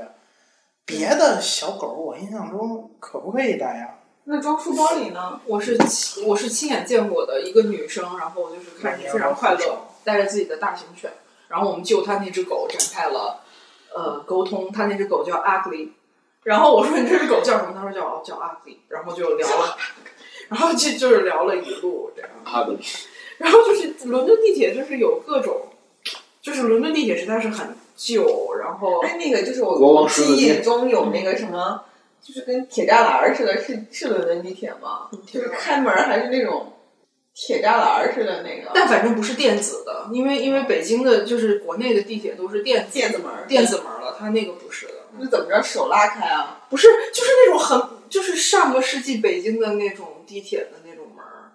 别的小狗，我印象中可不可以带呀？
那装书包里呢？
我是亲我是亲眼见过的一个女生，然后我就是看着非常快乐，带着自己的大型犬，然后我们救她那只狗展开了呃沟通，她那只狗叫 Ugly，然后我说你这只狗叫什么？她说叫叫 Ugly，然后就聊了， 然后就就是聊了一路这样，
哈德，
然后就是伦敦地铁就是有各种，就是伦敦地铁实在是很旧，然后
哎，那个就是我
国王十字
记
街
忆中有那个什么，就是跟铁栅栏儿似的，是是伦敦地铁吗？就是开门儿还是那种铁栅栏儿似的那个
但反正不是电子的，因为因为北京的就是国内的地铁都是电子
毽子门儿，
电子门了，它那个不是的。
那怎么着手拉开啊？
不是，就是那种很，就是上个世纪北京的那种地铁的那种门儿，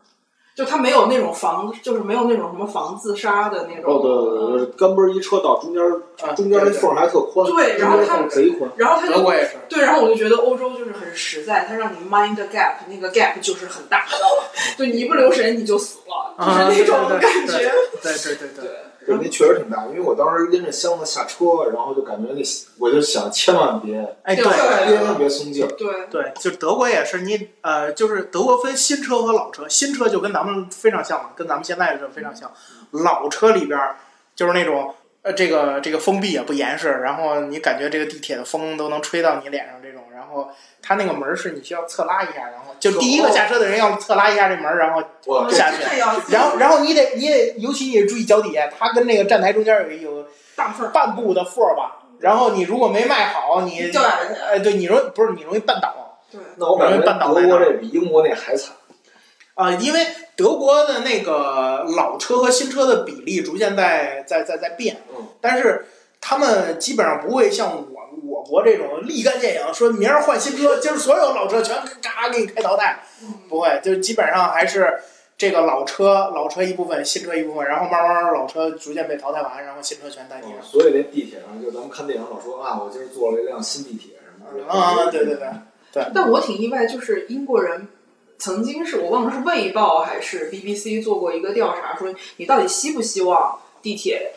就他没有那种防，就是没有那种什么防自杀的那种。
哦，对对对，干嘣儿一车道，中间儿
啊，
中间儿那
对对
缝儿还特宽，
对然
后
中间儿缝儿贼宽。
然后他
德
就
国也是，
对，然后我就觉得欧洲就是很实在，它让你 mind the gap，那个 gap 就是很大， 就你一不留神你就死了，
啊
就是那种
对对
感
对
觉。
对对对对，
对，那确实挺大，因为我当时拎着箱子下车，然后就感觉那，我就想千万别，
哎
对啊
对。
千万别松劲儿。
对，
对，就德国也是，你呃，就是德国分新车和老车，新车就跟咱们非常像嘛，跟咱们现在的非常像。老车里边儿就是那种呃，这个这个封闭也不严实，然后你感觉这个地铁的风都能吹到你脸上这种，然后它那个门儿是你需要侧拉一下，然后就第一个下车的人要侧拉一下这门儿，然后
哇，
下去，
这要
然后然后你得你得尤其你得注意脚底下，它跟那个站台中间有一有
大份儿。
半步的缝儿吧，然后你如果没迈好，你
掉下去。
哎对你容易不是你容易绊倒。
那我感觉德国这比英国那还惨。
啊，因为德国的那个老车和新车的比例逐渐在在在在变，
嗯，
但是他们基本上不会像我我国这种立竿见影，说明儿换新车，今儿所有老车全咔给你开淘汰，
嗯
不会，就基本上还是这个老车老车一部分，新车一部分，然后慢慢慢老车逐渐被淘汰完，然后新车全代替上。
所以那地铁上，就咱们看电影老说啊，我今儿坐了一辆新地铁什么的。
啊，对对对，
但我挺意外，就是英国人曾经是我忘了是《卫报》还是 BBC 做过一个调查，说你到底希不希望地铁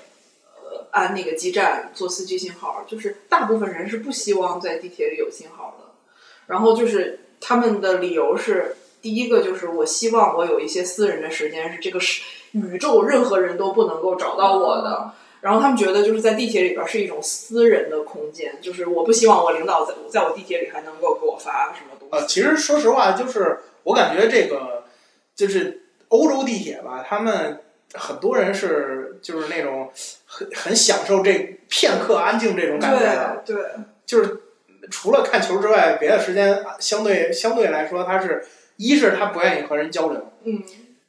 呃按那个基站做司机信号？就是大部分人是不希望在地铁里有信号的。然后就是他们的理由是，第一个就是我希望我有一些私人的时间，是这个是宇宙任何人都不能够找到我的。然后他们觉得就是在地铁里边是一种私人的空间，就是我不希望我领导在在我地铁里还能够给我发什么东
呃，
西。
其实说实话，就是我感觉这个就是欧洲地铁吧，他们很多人是就是那种很很享受这片刻安静这种感觉啊的，
对对，
就是除了看球之外，别的时间相对相对来说，他是一是他不愿意和人交流，
嗯，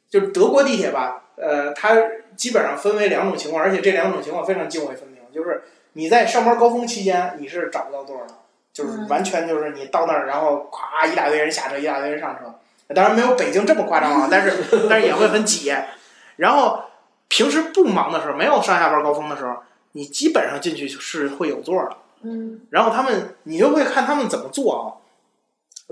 就是德国地铁吧，呃，它基本上分为两种情况，而且这两种情况非常泾渭分明。就是你在上班高峰期间，你是找不到座儿的，就是完全就是你到那儿，然后咵一大堆人下车，一大堆人上车。当然没有北京这么夸张啊，但是但是也会很挤。然后平时不忙的时候，没有上下班高峰的时候，你基本上进去是会有座儿的。
嗯，
然后他们你就会看他们怎么做啊。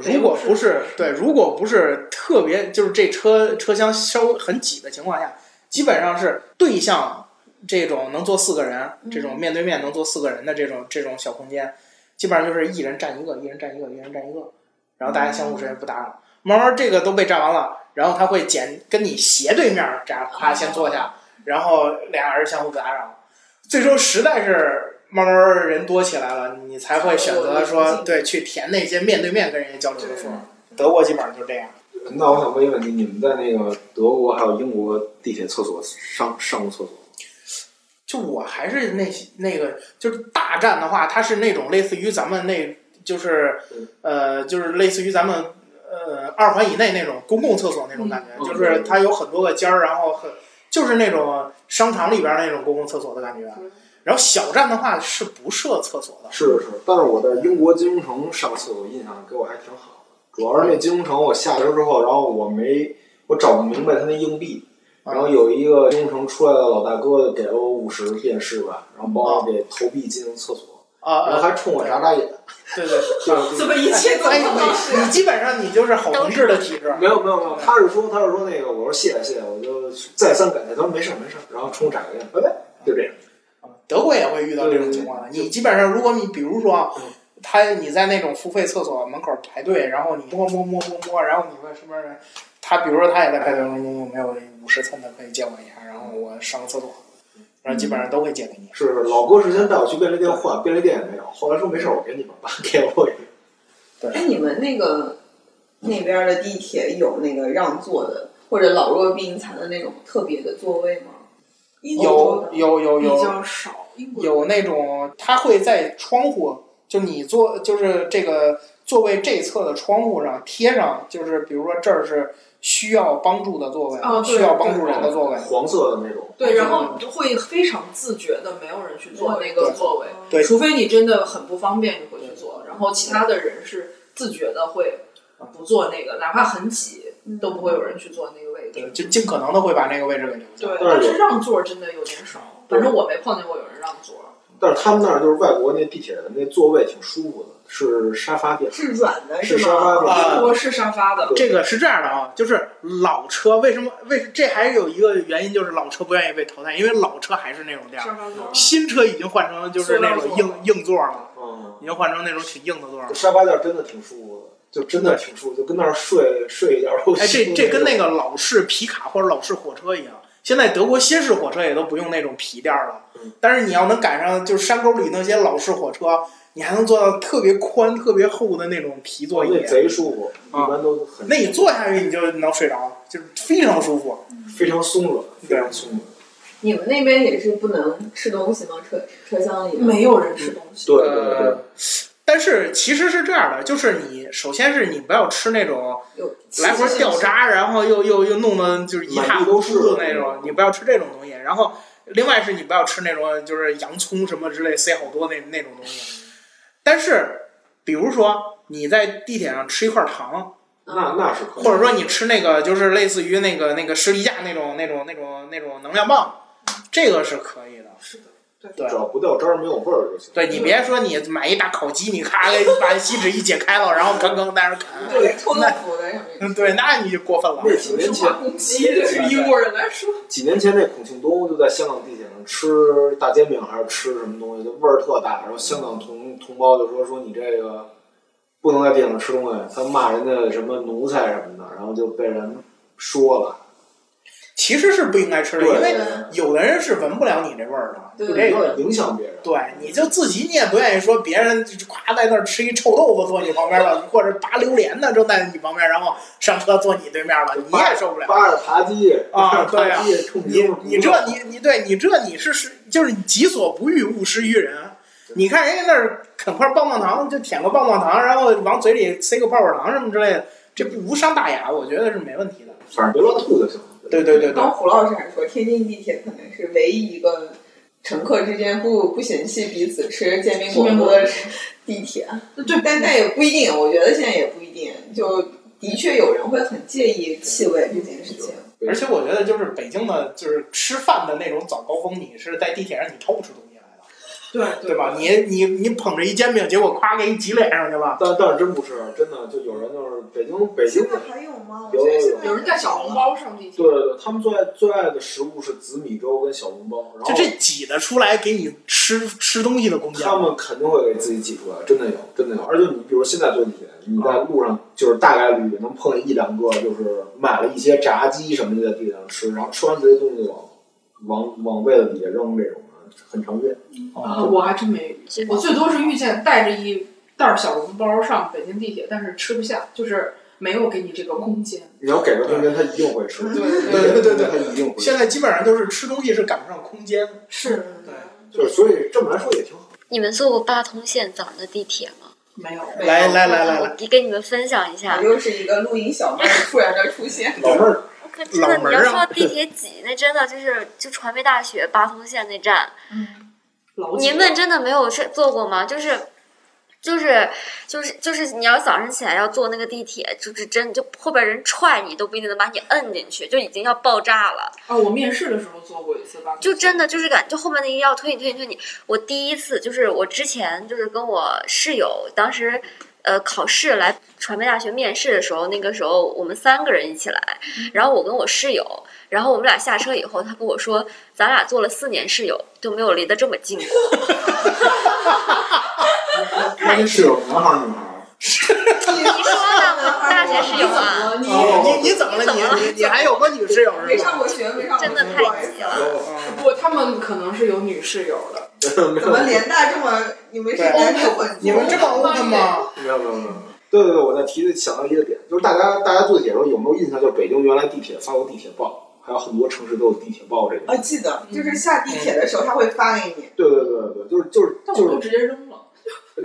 没有
如果
是
不是对，如果不是特别就是这车车厢稍微很挤的情况下，基本上是对向这种能坐四个人，这种面对面能坐四个人的这种这种小空间，基本上就是一人占一个，一人占一个，一人占一个，然后大家相互之间不打扰。慢慢这个都被占完了，然后他会捡跟你斜对面儿，这样啪先坐下，然后俩人相互不打扰，最终实在是慢慢儿人多起来了，你才会选择说对去填那些面对面跟人家交流的缝儿。德国基本上就这样。
那我想问一个问题，你们在那个德国还有英国地铁厕所上上过厕所吗？
就我还是那些那个，就是大站的话，它是那种类似于咱们那，就是
嗯
呃，就是类似于咱们呃二环以内那种公共厕所那种感觉，
嗯
就是它有很多个间儿，然后很就是那种商场里边儿那种公共厕所的感觉。然后小站的话是不设厕所的，
是是，但是我在英国金融城上厕所印象给我还挺好的，主要是那金融城我下车之后，然后我没我找不明白他那硬币，然后有一个金融城出来的老大哥给了我五十便士吧，然后帮我给投币进了厕所，
啊
然后
啊，
还冲我眨眨眼，
对对，
就是
怎么一切都
哎，你你基本上你就是好同志的体质，
没有没有没有，他是说他是说那个，我说谢谢谢谢，我就再三感谢，他说没事儿没事儿，然后冲我眨个眼，拜拜，就这样。
德国也会遇到这种情况的。
对对对
你基本上，如果你比如说啊
嗯，
他你在那种付费厕所门口排队，然后你摸摸摸摸摸，然后你问身边人，他比如说他也在排队，说你有没有五十寸的可以借我一下，然后我上个厕所，然后基本上都会借给你。
是是老哥之前带我去便利店换，便利店也没有，后来说没事儿，我给你吧， 爸给我一个。
哎，你们那个那边的地铁有那个让座的，或者老弱病残的那种特别的座位吗？
嗯
英国
哦
有
的
有有
比
有
较少，英国的
有那种他会在窗户，就你坐就是这个座位这侧的窗户上贴上，就是比如说这儿是需要帮助的座位，
哦对
需要帮助人的座位。
黄色的那种。
对，然后会非常自觉的没有人去坐那个座位，
对
除非你真的很不方便你会去坐，然后其他的人是自觉的会不坐那个，哪怕很挤，
嗯
都不会有人去坐那个位置。
对，就尽可能的会把那个位置给留下。
对，
但
但
是
是让座真的有点少，反正我没碰见过有人让座。
但是他们那儿就是外国那地铁的那座位挺舒服的，是沙发垫，
是软的
是沙
吗？
发垫。
啊
英国是沙发的，
这个是这样的啊，就是老车为什么为这还有一个原因就是老车不愿意被淘汰，因为老车还是那种调儿，
沙发座。
新车已经换成就是那种
塑料
硬硬座了，
嗯，
已经换成那种挺硬的座了。
沙发垫真的挺舒服的，就真的挺舒服，就跟那儿睡睡一觉。
哎，这这跟那
个
个老式皮卡或者老式火车一样，现在德国新式火车也都不用那种皮垫儿了
嗯，
但是你要能赶上就是山沟里那些老式火车，你还能坐到特别宽、特别厚的那种皮座椅，
哦那贼舒服，
啊
一般都很
那你坐下去你就能睡着，就是非常舒服。
非常松软，
对
非常松软。
你们那边也是不能吃东西吗？车车厢里
没有人吃东西，
对对对
呃，但是其实是这样的，就是你首先是你不要吃那种
有
来回掉渣，然后又又又弄得就是一塌糊涂的那种，你不要吃这种东西。然后另外是你不要吃那种就是洋葱什么之类塞好多那那种东西。但是比如说你在地铁上吃一块糖，
那那是可以
或。者说你吃那个就是类似于那个那个士力架那种那种那种那种能量棒，这个是可以的。
是的，
对
只要不掉渣儿，没有味儿就行。
对你别说你买一大烤鸡，你咔给把锡纸一解开了，然后刚刚在那儿啃，
对，臭豆腐在上面。
嗯对，那你就过分了。
那几年
生
前
化，攻击，对于英国人来说，
几年前那孔庆东就在香港地铁上吃大煎饼还是吃什么东西，就味儿特大。然后香港
嗯
同同胞就说说你这个不能在地铁上吃东西，他骂人家什么奴才什么的，然后就被人说了。
其实是不应该吃的，
对
因为有的人是闻不了你这味儿的。
对
有
这个
点影响别人。
对，你就自己你也不愿意说别人就夸在那儿吃一臭豆腐坐你旁边了，或者拔榴莲呢正在你旁边，然后上车坐你对面了，你也受不了。
扒着扒鸡
啊
扒着扒鸡冲
你
动
你这你你对你这你是是就是你己所不欲，勿施于人。啊你看人家那儿啃块棒棒糖，就舔个棒棒糖，然后往嘴里塞个泡泡糖什么之类的，这不无伤大雅，我觉得是没问题的。
反正别乱吐就行了。
对对对对
刚刚胡老师还说，天津地铁可能是唯一一个乘客之间不不嫌弃彼此吃煎饼果子的 地铁。啊
对，
但但也不一定，我觉得现在也不一定，就的确有人会很介意气味这件事情。
对
而且我觉得就是北京的，就是吃饭的那种早高峰，你是在地铁上你掏不出东西来的，
对
对吧？？你你你捧着一煎饼，结果夸给你挤脸上去了。
但但是真不是，真的就有人就是北京北京
现在
的，
还有吗？我
有
觉得现在
有人带小笼包上地铁
对，对对，他们最爱最爱的食物是紫米粥跟小笼包，然后
就这挤得出来给你吃吃东西的空间
他
吗，
们肯定会给自己挤出来，真的有，真的有。而且你比如现在坐地铁，你在路上就是大概率能碰见一两个，就是买了一些炸鸡什么的在地铁上吃，然后吃完直接东西就往往往被子底下扔这种的，很常见。
啊，我还真没，我最多是遇见带着一袋儿小笼包上北京地铁，但是吃不下，就是没有给你这个空间。
你要给个空间，他一定会吃。
对对
对对对对
他一定会吃。
现在基本上就是吃东西是赶不上空间。
是，
对
就是所以这么来说也挺好。
你们坐过八通线早上的地铁吗？
没有。
来来来来来，
我给你们分享一下
我。又是一个录音小妹儿突然的出现，
老妹儿，
我可真的，
老门
你
儿啊
要 说地铁挤，那真的就是就传媒大学八通线那站，
老
您们真的没有是坐过吗？就是。就是，就是，就是，你要早上起来要坐那个地铁，就是真就后边人踹你都不一定能把你摁进去，就已经要爆炸了。
啊，我面试的时候坐过一次吧，
就真的就是感，就后面那一要推你推你推你。我第一次就是我之前就是跟我室友，当时呃考试来传媒大学面试的时候，那个时候我们三个人一起来，然后我跟我室友，然后我们俩下车以后，他跟我说，咱俩做了四年室友，就没有离得这么近过。
那您是有男孩儿女孩儿？
你说呢？大学室友啊，
你
你你怎么了？你你你还有过女室友
没
是
上
吗？
过学，没上过
真的
学不好意
太
思
挤了。
哦
嗯
不，他们可能是有女室友的，
没有
怎么联大这么？你们是
对
男女混
你们这么 open 吗？
没有没有没有。对对对，我在提的想到一个点，就是大家大家坐地铁的时候有没有印象？就是北京原来地铁发过地铁报，还有很多城市都有地铁报这个。
哎呃
啊，记得
嗯
就是下地铁的时候他会发给你，
对对对对，就是就是
但我
就
都
是
直接扔了。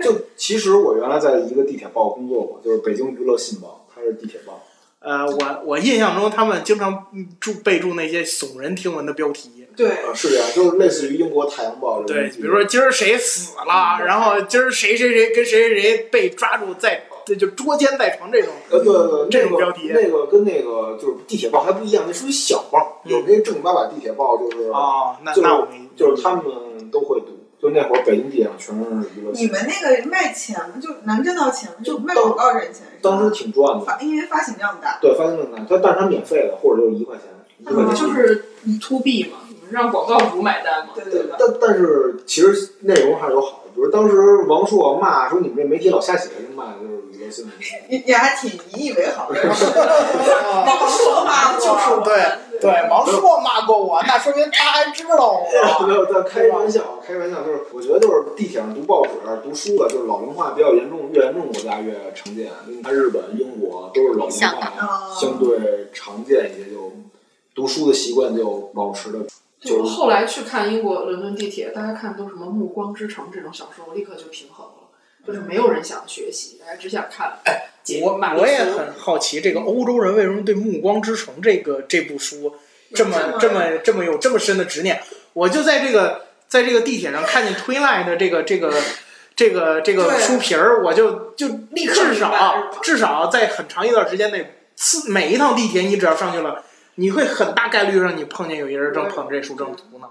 就其实我原来在一个地铁报工作过，就是北京娱乐信报，它是地铁报。
呃，我我印象中他们经常嗯注备注那些耸人听闻的标题，
对，
呃，是这样，就是类似于英国《太阳报》这种
对，
东西
比如说今儿谁死了，然后今儿谁谁谁跟谁谁谁被抓住在这就捉奸在床这种。
呃，对对对，
这
那
种
个
标题
那个跟那个就是地铁报还不一样，那属于小报，
嗯
有那正儿八百地铁报就是
哦，那
就是
那我们
就是他们都会读，就那会儿北京地铁上全是娱乐
你
新闻，
们那个卖钱吗？就能挣到钱吗？
就
卖广告挣钱是吧？
当时挺赚的，
发因为发行量大，
对，发现了它，但是它免费的，或者就是一块钱，一块钱
就是 to B 嘛，你们让广告主买单嘛，
对
对
对
吧？
但但是其实内容还是有好的，比如当时王朔啊骂说你们这媒体老瞎写，这骂的就是娱乐新闻。
你你还挺引以为豪 的。王朔骂 我
啊，
就是我
哦对对，王朔骂过我，那说明他还知道我。
没有，但开玩笑，开玩笑就是，我觉得就是地铁上读报纸、读书的，就是老龄化比较严重，越严重国家越常见。你看日本、英国都是老龄
香
化
港
相对常见一些，就读书的习惯就保持的。
对我后来去看英国伦敦地铁，大家看都什么《暮光之城》这种小说，我立刻就平衡了，就是没有人想学习，大家只想看。解
我
马
我也
列
很好奇，这个欧洲人为什么对《暮光之城》这个这部书这么这么这么有这么深的执念？我就在这个在这个地铁上看见推赖的这个这个。这个这个
对
书皮儿，我就就
立刻
至
明白
少至少在很长一段时间内，次每一趟地铁你只要上去了，你会很大概率让你碰见有一人正捧这书正读呢。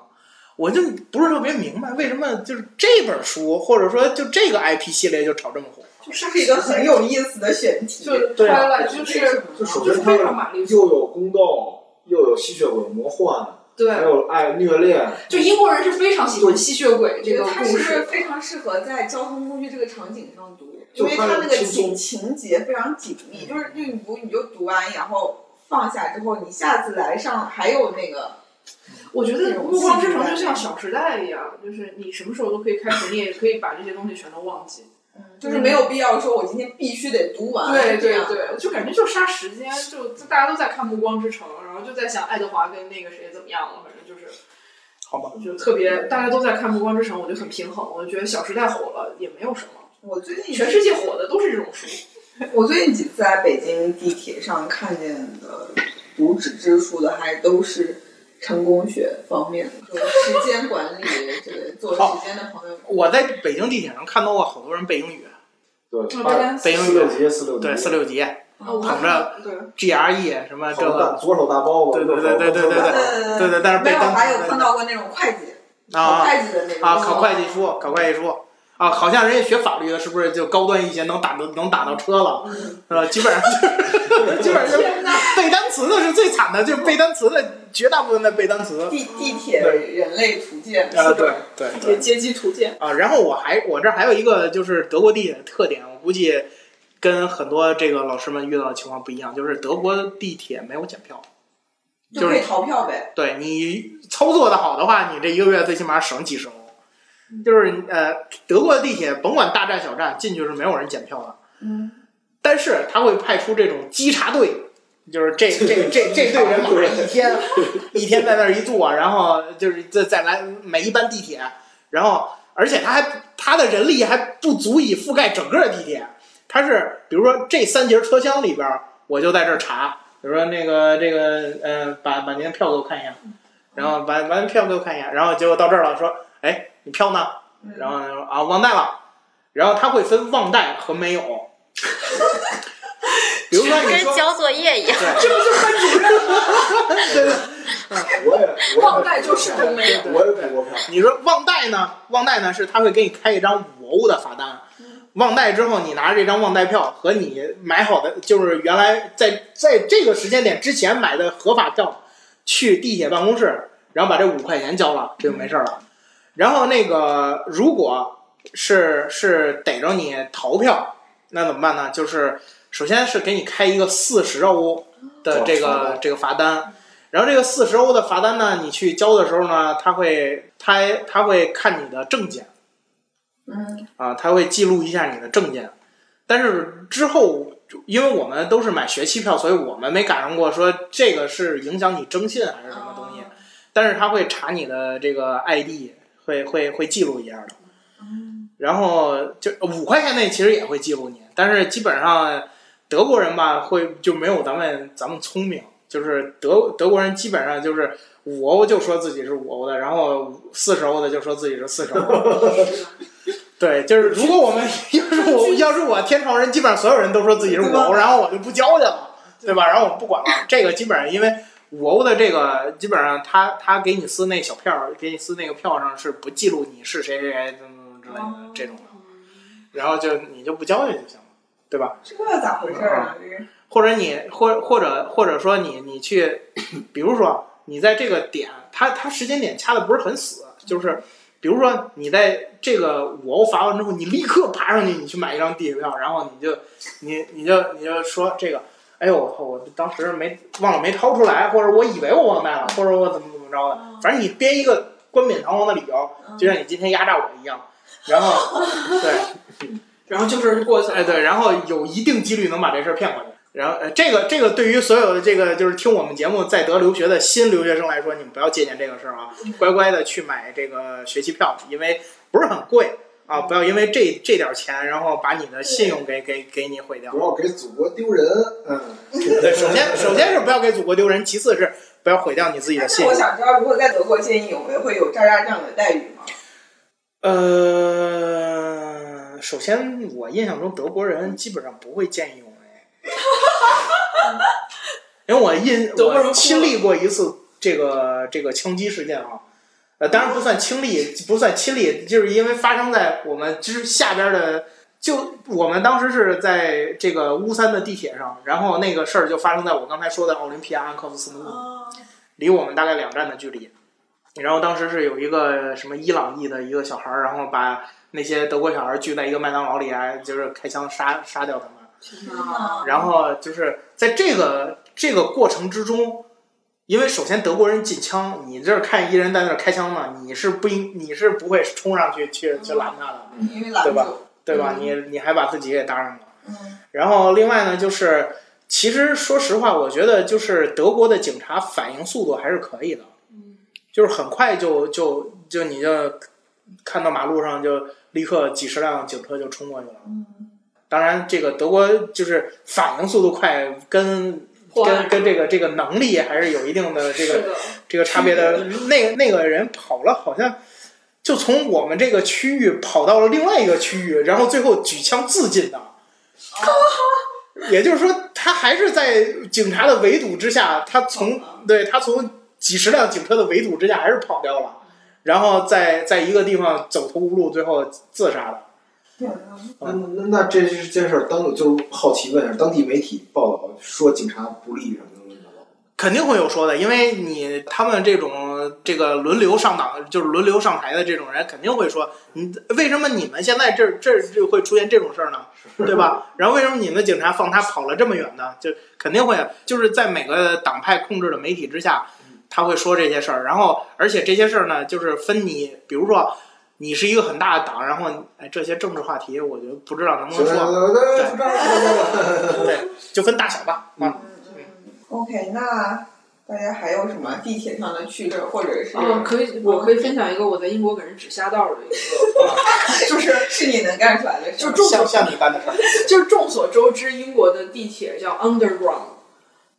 我就不是特别明白为什么就是这本书或者说就这个 IP 系列就炒这么火。
这是一个很有意思的选题。
就
对啊
Twilight 就是
就首
就是
先它
非常玛丽苏，
又有宫斗，又有吸血鬼、魔幻，还
对，
有爱虐恋，
就英国人是非常喜欢吸血鬼这
觉
个
得它是
故
不是
事，
非常适合在交通工具这个场景上读？
因为它那个
就看着轻
情
松
情节非常紧密，就是就你读你就读完，然后放下之后，你下次来上还有那个，
我觉得《暮光之城》就像《小时代》一样，就是你什么时候都可以开始，你也可以把这些东西全都忘记。
就是没有必要说我今天必须得读完。
对
这
对
样，
对，就感觉就杀时间，就就大家都在看《暮光之城》，然后就在想爱德华跟那个谁怎么样了，反正就是
好吧，
就特别大家都在看《暮光之城》，我就很平衡，我就觉得《小时代》火了也没有什么，
我最近
全世界火的都是这种书。
我最近几次在北京地铁上看见的读纸质书的，还都是成功学方面的，就是时间管理这个 做时间的朋友。
我在北京地铁上看到过好多人背英语，
对，
啊对
八
对
背英
四
语
六，级、四六级，
对四六级、
啊，我
捧
看
啊着
到对，
GRE 什么这
好大
个，
左手大包子，
对对对对对对
右手大包
对
子
对对，但
呃
是
没
背
有，
单词
还有碰到过那种会计，考
啊
会计的那种
啊，考会计书，考会计书啊，好像人家学法律的，是不是就高端一些，能打到能打到车了，是吧？基本上就是基本上就是背单词的是最惨的，就是背单词的绝大部分在背单词。
地地铁人类图鉴，
啊，对对对。
阶级图鉴，
啊，然后我还我这儿还有一个就是德国地铁的特点，我估计跟很多这个老师们遇到的情况不一样，就是德国地铁没有检票，
就
就
可以
是
逃票呗。
对你操作的好的话，你这一个月最起码省几十欧。就是呃，德国的地铁甭管大站小站，进去是没有人检票的，
嗯，
但是他会派出这种稽查队，就是这这 这这队人马一天一天在那儿一坐，然后就是再再来每一班地铁，然后而且他还他的人力还不足以覆盖整个地铁，他是比如说这三节车厢里边儿，我就在这儿查，比如说那个这个呃，把把您的票给我看一下，然后把把您票给我看一下，然后结果到这儿了，说哎你票呢？然后他说啊忘带了，然后他会分忘带和没有。 比如说你
跟
说
交作业一样。
这不是班主任吗？对对，
我也我也
忘带就是都没有。
我也补过票。
你说忘带呢？忘带呢是他会给你开一张五欧的罚单，啊忘带之后你拿着这张忘带票和你买好的就是原来在在这个时间点之前买的合法票，去地铁办公室，然后把这五块钱交了，这就没事儿了。然后那个如果是是逮着你逃票，那怎么办呢？就是首先是给你开一个四十欧的这个这个罚单，然后这个四十欧的罚单呢，你去交的时候呢，他会他他会看你的证件
嗯，
啊，他会记录一下你的证件，但是之后。就因为我们都是买学期票，所以我们没赶上过说这个是影响你征信还是什么东西。但是他会查你的这个 ID，会会会记录一下的。
嗯
然后就五块钱内其实也会记录你，但是基本上德国人吧会就没有咱们咱们聪明，就是德德国人基本上就是五欧就说自己是五欧的，然后四十欧的就说自己是四十欧的。对，就是如果我们要是我要是我天朝人，基本上所有人都说自己是我欧，然后我就不交去了，对吧？然后我们不管了，这个基本上因为我欧的这个基本上他他给你撕那小票儿，给你撕那个票上是不记录你是谁谁谁怎么怎么之类的这种的，然后就你就不交去就行了，对吧？
这咋回事儿啊？这个
或者你或或者或者说你你去，比如说你在这个点，它它时间点掐的不是很死，就是比如说你在这个我欧罚完之后，你立刻爬上去，你去买一张地铁票，然后你就你你就你就说这个，哎呦我操，我当时没忘了没掏出来，或者我以为我忘带了，或者我怎么怎么着的，反正你编一个冠冕堂皇的理由，就像你今天压榨我一样，然后对。
然后就是过去了。
哎，对，然后有一定几率能把这事儿骗过去。然后，呃，这个这个对于所有的这个就是听我们节目在德留学的新留学生来说，你们不要借鉴这个事儿啊，乖乖的去买这个学期票，因为不是很贵啊，不要因为这这点儿钱，然后把你的信用给给给你毁掉
不。要给祖国丢人。嗯，
对，首先首先是不要给祖国丢人，其次是不要毁掉你自己的信
那
用
我。想知道，如果在德国见义勇为，会有渣渣这样的待遇吗？
呃，首先我印象中德国人基本上不会见义 勇为，因为我印
德国人
我
哭了
亲历过一次这个这个枪击事件啊。呃，当然不算亲历，不算亲历，就是因为发生在我们之下边的，就我们当时是在这个乌三的地铁上，然后那个事儿就发生在我刚才说的奥林匹亚安克斯斯路
啊，
离我们大概两站的距离。然后当时是有一个什么伊朗裔的一个小孩儿，然后把那些德国小孩儿聚在一个麦当劳里，哎就是开枪杀杀掉他们。
天哪！
然后就是在这个这个过程之中，因为首先德国人禁枪，你这儿看一人在那儿开枪呢，你是不应你是不会冲上去去去拦他的。
因为拦
对
不
吧
住。
对吧？你你还把自己给搭上了。
嗯。
然后另外呢，就是其实说实话，我觉得就是德国的警察反应速度还是可以的，
嗯，
就是很快就就就你就看到马路上就立刻几十辆警车就冲过去了。
嗯
当然，这个德国就是反应速度快，跟
破
跟
案
跟这个这个能力还是有一定的这个
是的，
这个差别的。那个那个人跑了，好像就从我们这个区域跑到了另外一个区域，然后最后举枪自尽的。 也就是说，他还是在警察的围堵之下，他从对他从几十辆警车的围堵之下还是跑掉了，然后在在一个地方走投无路，最后自杀的。
嗯
那那那这这件事儿，当就好奇问一下，当地媒体报道说警察不利什么的问题吗？
肯定会有说的，因为你他们这种这个轮流上档，就是轮流上台的这种人，肯定会说，你为什么你们现在这这就会出现这种事儿呢？对吧？然后为什么你们的警察放他跑了这么远呢？就肯定会，就是在每个党派控制的媒体之下，他会说这些事儿。然后，而且这些事儿呢，就是分你，比如说你是一个很大的党，然后哎，这些政治话题，我觉得不知道能不
行
能
行
说，
行，对，就这样。
对，就分大小吧，啊。
OK，那大家还有什么地铁上的趣事儿，或者是、
嗯，可以，我可以分享一个我在英国给人指瞎道的一 个啊，
就是是你能干出来的事
就
儿？
众
像像你干的事 儿，
就是众所周知，英国的地铁叫 Underground，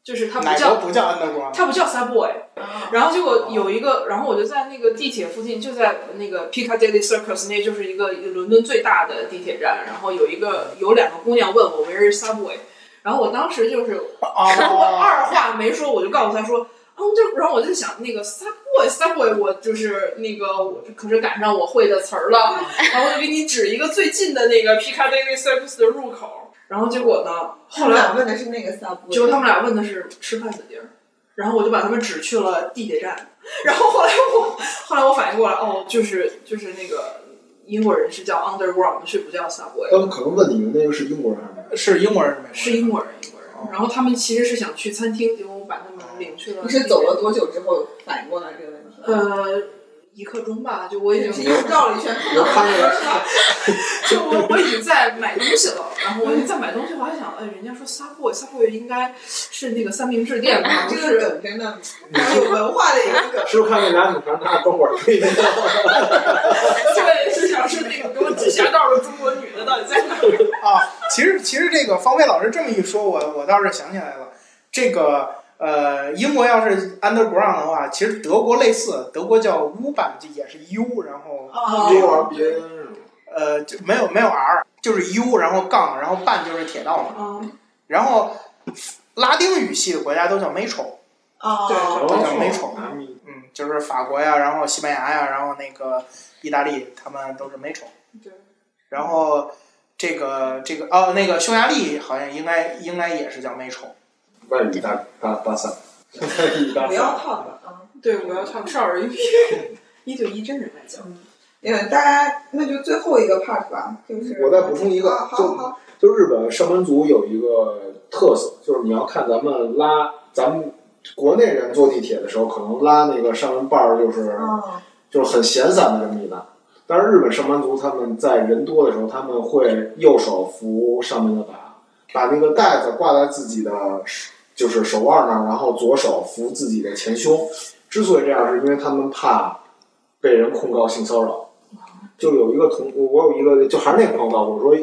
就是它不
哪
叫
国不叫 underground？
它不叫 Subway，
啊
然后结果有一个，然后我就在那个地铁附近，就在那个 Piccadilly Circus，那就是一个伦敦最大的地铁站。然后有一个有两个姑娘问我 Where is Subway，然后我当时就是我
哦，
二话没说，我就告诉她说。啊，就然后我就想那个 subway subway，我就是那个，我可是赶上我会的词儿
哦
了，然后我就给你指一个最近的那个 Piccadilly Circus 的入口，然后结果呢，
他
后
们
来
俩问的是那个 subway，
结果他们俩问的是吃饭的地儿，然后我就把他们指去了地铁站。然后后来我后来我反应过来，哦，就是就是那个英国人是叫 underground，是不叫 subway，
他们可能问你们那个是英国人还是美国人？
是英国人是美国人？
是英国人英国人。然后他们其实是想去餐厅，结果我把他们领去了。
哦你是走了？多久之后反应过来这个问题？
呃，一刻钟吧，就我已
是
经
又绕了一圈，
又看见了，
就我我已经在买东西了，然后我已经在买东西，我还想，哎，人家说 subway subway 应该是那个三明治 店吧？
这
就
个
是
梗 真的有文化的一个梗。
是不是看那俩女孩拿着钢管追的？
这个是想是那个给我指瞎道的中国女的到底在哪儿？
啊。其实其实这个方飞老师这么一说，我我倒是想起来了，这个。呃，英国要是 underground 的话，其实德国类似，德国叫 U 版，就也是 U，然后
啊
哦
英国人别人是吗？
呃，就没有没有 r，就是 u，然后杠，然后半就是铁道嘛。
嗯，
然后拉丁语系的国家都叫 metro，
对
都
哦
叫 metro，
南
嗯，就是法国呀，然后西班牙呀，然后那个意大利，他们都是 metro。
对。
然后这个这个哦，那个匈牙利好像应该应该也是叫 metro。
外语大大大赛，外语大
不要
赛，
套了啊！
对，我要唱少 儿一一对一真人来讲，
嗯，大家那就最后一个 part 吧，就是
我再补充一个
好好
就
好，
就日本上班族有一个特色，就是你要看咱们拉咱们国内人坐地铁的时候，可能拉那个上班伴儿就是、
嗯，
就是很闲散的这么一拉。但是日本上班族他们在人多的时候，他们会右手扶上面的把，把那个带子挂在自己的手就是手腕那儿，然后左手扶自己的前胸。之所以这样，是因为他们怕被人控告性骚扰。就有一个同我有一个，就还是那个朋友告诉我说，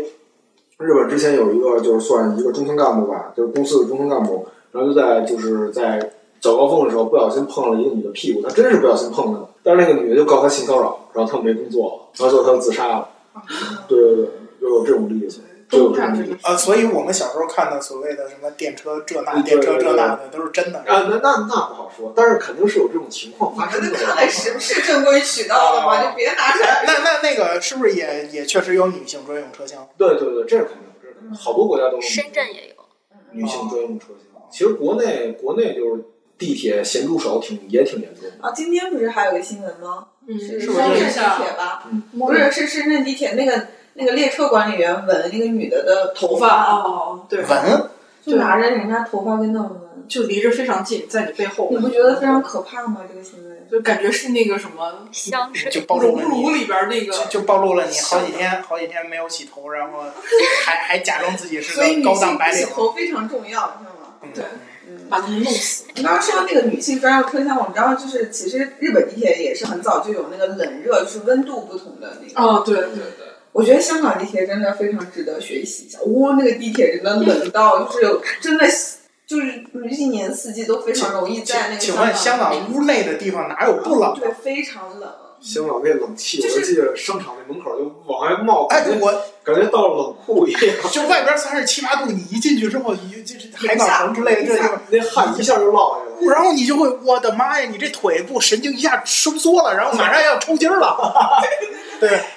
日本之前有一个就是算一个中层干部吧，就是公司的中层干部，然后就在就是在早高峰的时候不小心碰了一个女的屁股，他真是不小心碰的，但是那个女的就告他性骚扰，然后他没工作了，然后最后他就自杀了。
哦
对对对，就有这种例子，就有
东
这种
站
例
这
子。
个
呃，所以我们小时候看的所谓的什么电车这那、
嗯
电车
对对
这
对
那的，都是真的。
啊，那那那不好说，但是肯定是有这种情况发
你
生
们
的。
看来是不是正规渠道的
哦
嘛？就别拿出来。
那那那个是不是也也确实有女性专用车厢？
对对对，这是肯定，这是
嗯
肯定，好多国家都有
深圳也有。
女性专用车厢。其实国内国内就是地铁咸猪手挺也挺严重的。
啊，今天不是还有个新闻吗？
嗯，
是
是不
深圳
是
地
一下
铁吧？
摸
不是，是深圳地铁那个那个列车管理员闻那个女的的
头
头
发
发，啊
哦，对，
闻，
就拿着人家头发跟那闻，
就离着非常近，在你背后，
你不觉得非常可怕吗？这个行为。
就感觉是那个什么
相识
就暴
《
露
熔
了
炉
你，》
里边那个，
就就暴露了你好几天好几天没有洗头，然后还还假装自己是
所以
个
女
高
性
档白
洗
啊
领。
头非常重要，你知道吗？
嗯
对
嗯，
把他们弄死。
你刚刚说那个女性专用车厢，我知道，就是其实日本地铁也是很早就有那个冷热，就是温度不同的那个。
哦，对对对。
我觉得香港地铁真的非常值得学习一下。哇、那个地铁真的冷到，就是真的就是一年四季都非常容易在那个
请请问香
香
港屋内的地方哪有不冷？
对非常冷。
香港那冷气，
就
我
是
就记得商场那门口就往外冒，
哎
感觉，
我
感觉到了冷库一样，
就外边三十七八度，你一进去之后，你就这海港城之类的这地方，
那汗一下就落下来了。
然后你就会，我的妈呀，你这腿部神经一下收缩了，然后马上要抽筋儿了。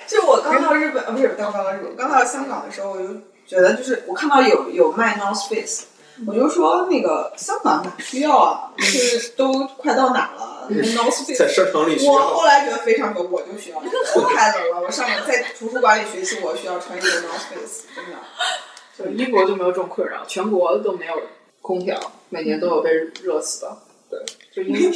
就我刚到日本，呃，不是刚刚到日本，刚到香港的时候，我就觉得就是我看到有有卖 North Face，我就说那个香港哪需要啊？就是都快到哪了、
嗯
n o r t h
在
Face。
商场里学
我
好
后来觉得非常有，我就需 要，我太冷了。我上面在图书馆里学习，我需要穿一个 North Face，真 的。
对，英国就没有这种困扰，全国都没有空调，每年都有被热死的。对，就 英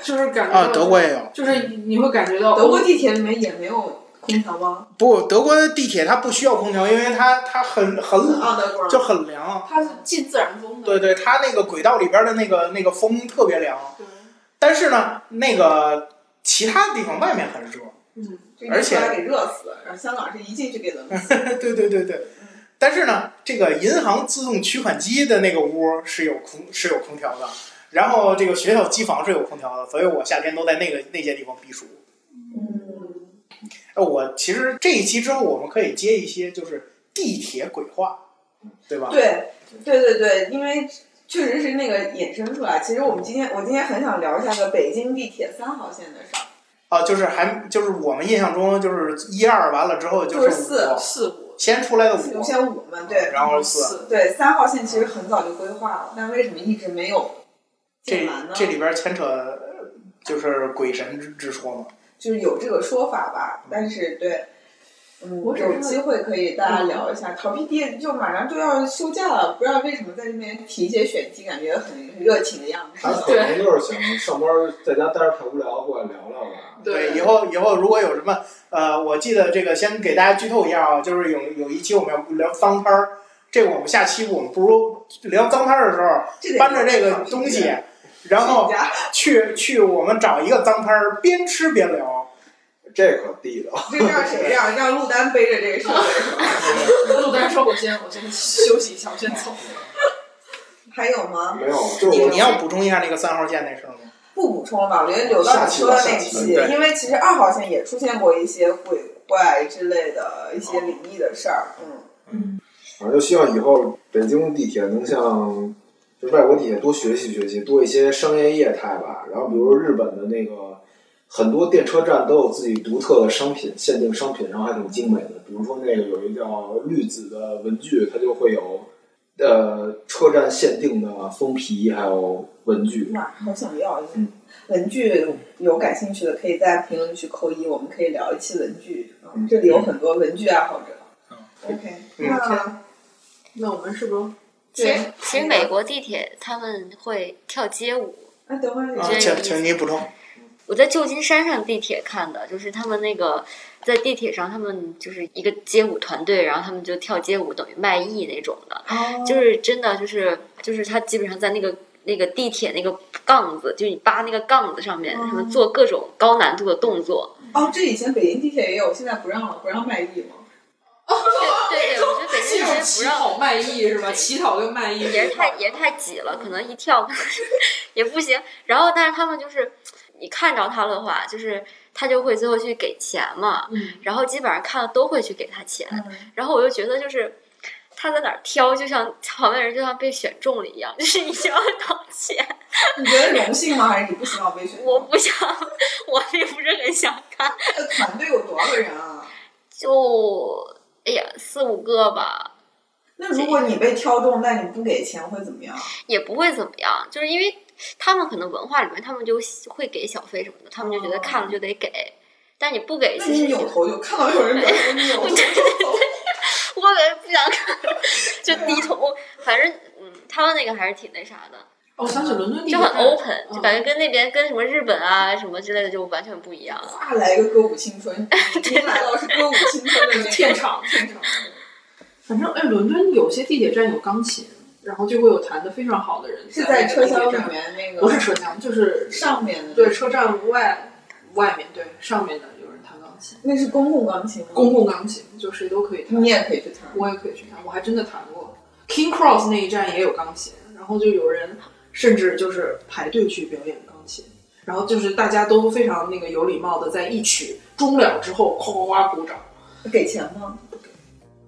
就是感觉到
啊，德国也有，
就是你会感觉到
德国地铁里面也没有空调吗？
不，德国的地铁它不需要空调，因为它它很很
啊，德国
就很凉。
它是近自然风的。
对对，它那个轨道里边的那个那个风特别凉，
对，
但是呢，那个其他的地方外面很热。
嗯，
就
而
一
且
出来给热死了，然后香港是一进去给冷死。
对对对对。但是呢，这个银行自动取款机的那个屋是有空是有空调的，然后这个学校机房是有空调的，所以我夏天都在那个那些地方避暑。
嗯，
呃，我其实这一期之后，我们可以接一些就是地铁鬼话，对吧？
对，对对对，因为确实是那个衍生出来。其实我们今天，我今天很想聊一下个北京地铁三号线的事儿，
啊，就是还就是我们印象中就是一二完了之后就
就是四
五，
四五
先出来的五
无，线五嘛，对
然后是四，
四，
对，三号线其实很早就规划了，但为什么一直没有
这
建完呢？
这里边牵扯呃就是鬼神之之说嘛。
就是有这个说法吧，但是对，嗯，
我只
有
是嗯
机会可以大家聊一下。逃避地就马上就要休假了，不知道为什么在这边提一些选题，感觉很很热情的样子
他。可能就是想上班在家待着太无聊，过来聊聊吧。
对
以后以后如果有什么呃，我记得这个先给大家剧透一下啊，就是有有一期我们要聊脏摊儿，这个我们下期我们不如聊脏摊儿的时候
这得
搬着这个东西，然后去去我们找一个脏摊儿，边吃边聊。
这可地道。
这让谁让让陆丹背着这个设备是吧？
陆丹说：“我先我先休息一下，我先走。
还有吗？
没有，就是
你
我
你要补充一下那个三号线那事儿吗？
不补充了吧，我觉得留到你说的那
下期
期，
吧
下期
因为其实二号线也出现过一些鬼怪之类的一些灵异的事儿，嗯，
反正就希望以后北京地铁能像就是外国地铁多学习学习，多一些商业业态吧。然后比如日本的那个很多电车站都有自己独特的商品，限定商品，然后还挺精美的。比如说那个有一个叫绿子的文具，它就会有呃车站限定的封皮还有文具。
哇，好想要一个
嗯
文具，有感兴趣的可以在评论区扣一，我们可以聊一期文具，嗯，这里有很多文具爱好者。OK，那
那我们是不是
其
对
嗯实其实美国地铁他们会跳街舞，
那哎等会儿
啊
你
这
请请你补充。
我在旧金山上地铁看的，就是他们那个在地铁上，他们就是一个街舞团队，然后他们就跳街舞，等于卖艺那种的，
哦
就是真的就是就是他基本上在那个那个地铁那个杠子，就你扒那个杠子上面，他们做各种高难度的动作。
哦，这以前北京地铁也有，现在不让了，不让卖艺吗？
对对对，我觉得北京
哦这
人
种
不
乞
让。
讨卖艺是吧？乞讨跟卖艺
也是太也是太挤了，可能一跳 也不行。然后，但是他们就是你看着他的话，就是他就会最后去给钱嘛。
嗯
然后基本上看了都会去给他钱。然后我就觉得就是。他在哪儿挑，就像旁边人就像被选中了一样，就是你想要掏钱，
你觉得荣幸吗？还是你不希望被选？
我不想， 我并不是很想看，
这个团队有多少个人啊？
就哎呀四五个吧，
那如果你被挑中，但你不给钱会怎么样？
也不会怎么样，就是因为他们可能文化里面他们就喜会给小费什么的，他们就觉得看了就得给，但你不
哦
给，
那
其实
你扭头就看到有人表演， 你扭头就走。
我本不想看， 就低
啊
头，反正嗯，他们那个还是挺那啥的，
哦，我想起伦敦地
就
铁
很
站
open，
嗯
就感觉跟那边跟什么日本啊什么之类的就完全不一样。
哗来一个歌舞青春，已经来到是歌舞青春的那个
片场
片场。
反正哎，伦敦有些地铁站有钢琴，然后就会有弹的非常好的人
是在
那
车
个地铁
厢里
站，
面那个，
不是车厢，就是
上面的，
对，车站外外面对上面的有人弹钢琴，
那是公共钢琴吗？
公共钢琴就谁都可以弹
你，也可以去弹。
我也可以去弹，我还真的弹过。King Cross 那一站也有钢琴，然后就有人甚至就是排队去表演钢琴，然后就是大家都非常那个有礼貌的，在一曲终了之后，夸夸夸鼓掌。
给钱吗？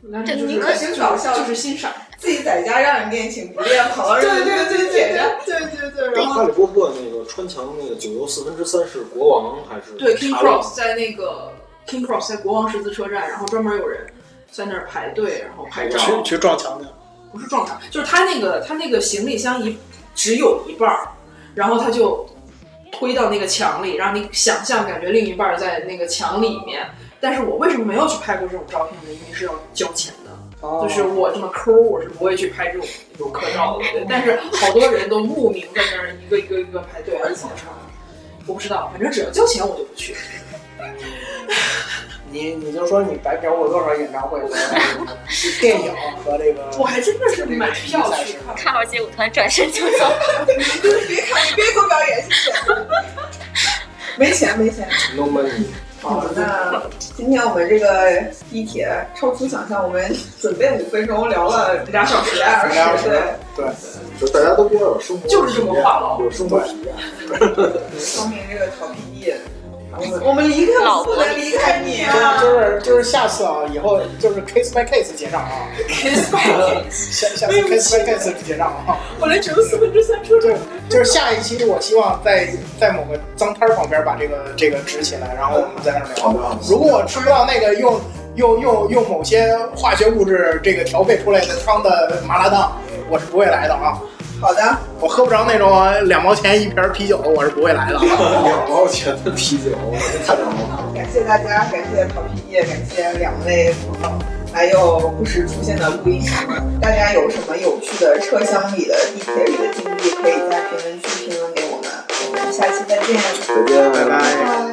那这就
你
是
可
欣
真
赏
搞笑
就是欣赏。
自己在家让人练琴，不练 跑到人家家
对对对，
对，哈利波特那个穿墙那个九又四分之三是国王还是
对 King
查理
Cross 在那个 King Cross 在国王十字车站，然后专门有人在那儿排队，然后拍照，
去去撞墙去。
不是撞墙，就是他那个他那个行李箱一只有一半儿，然后他就推到那个墙里，让你想象感觉另一半儿在那个墙里面。但是我为什么没有去拍过这种照片呢？因为是要交钱的。
哦
就是我这么抠，我是不会去拍这种游客照的。对，但是好多人都慕名在那儿一个一个一个排 队，而且我不知道，反正只要交钱我就不去。
你你就说你白嫖过多少演唱会和电影和这个，
我还真的是买票去 看，
看会街舞团，转身就走。
别看，别给我表演，谢谢。 没钱，没钱。
No money，
好，那今天我们这个地铁超出想象，我们准备五分钟聊了俩小时，俩
俩
小
小时
时，对，
就大家都比较有生活，
就是这么话痨。
有生活体 验。
说明这个调皮地，我们我们离开，我们不能离开你啊！
就是就是下次啊，以后就是 case by case 结账啊，下下次
哎
case by case 结账啊，
我连只有四分之三车
就是就是下一期我希望在在某个脏摊儿旁边把这个这个支起来，然后我们在那儿
好
聊。
的，好的
如果我吃不到那个用用用用某些化学物质这个调配出来的汤的麻辣烫，我是不会来的啊。
好的，
我喝不着那种两毛钱一瓶啤酒，我是不会来的。
两毛钱的啤酒，太难了。
感谢大家，感谢调皮地，感谢两位朋友，还有不时出现的录音师们。大家有什么有趣的车厢里的、地铁里的经历，可以在评论区评论给我们。我们下期再见。
再见，拜
拜。拜。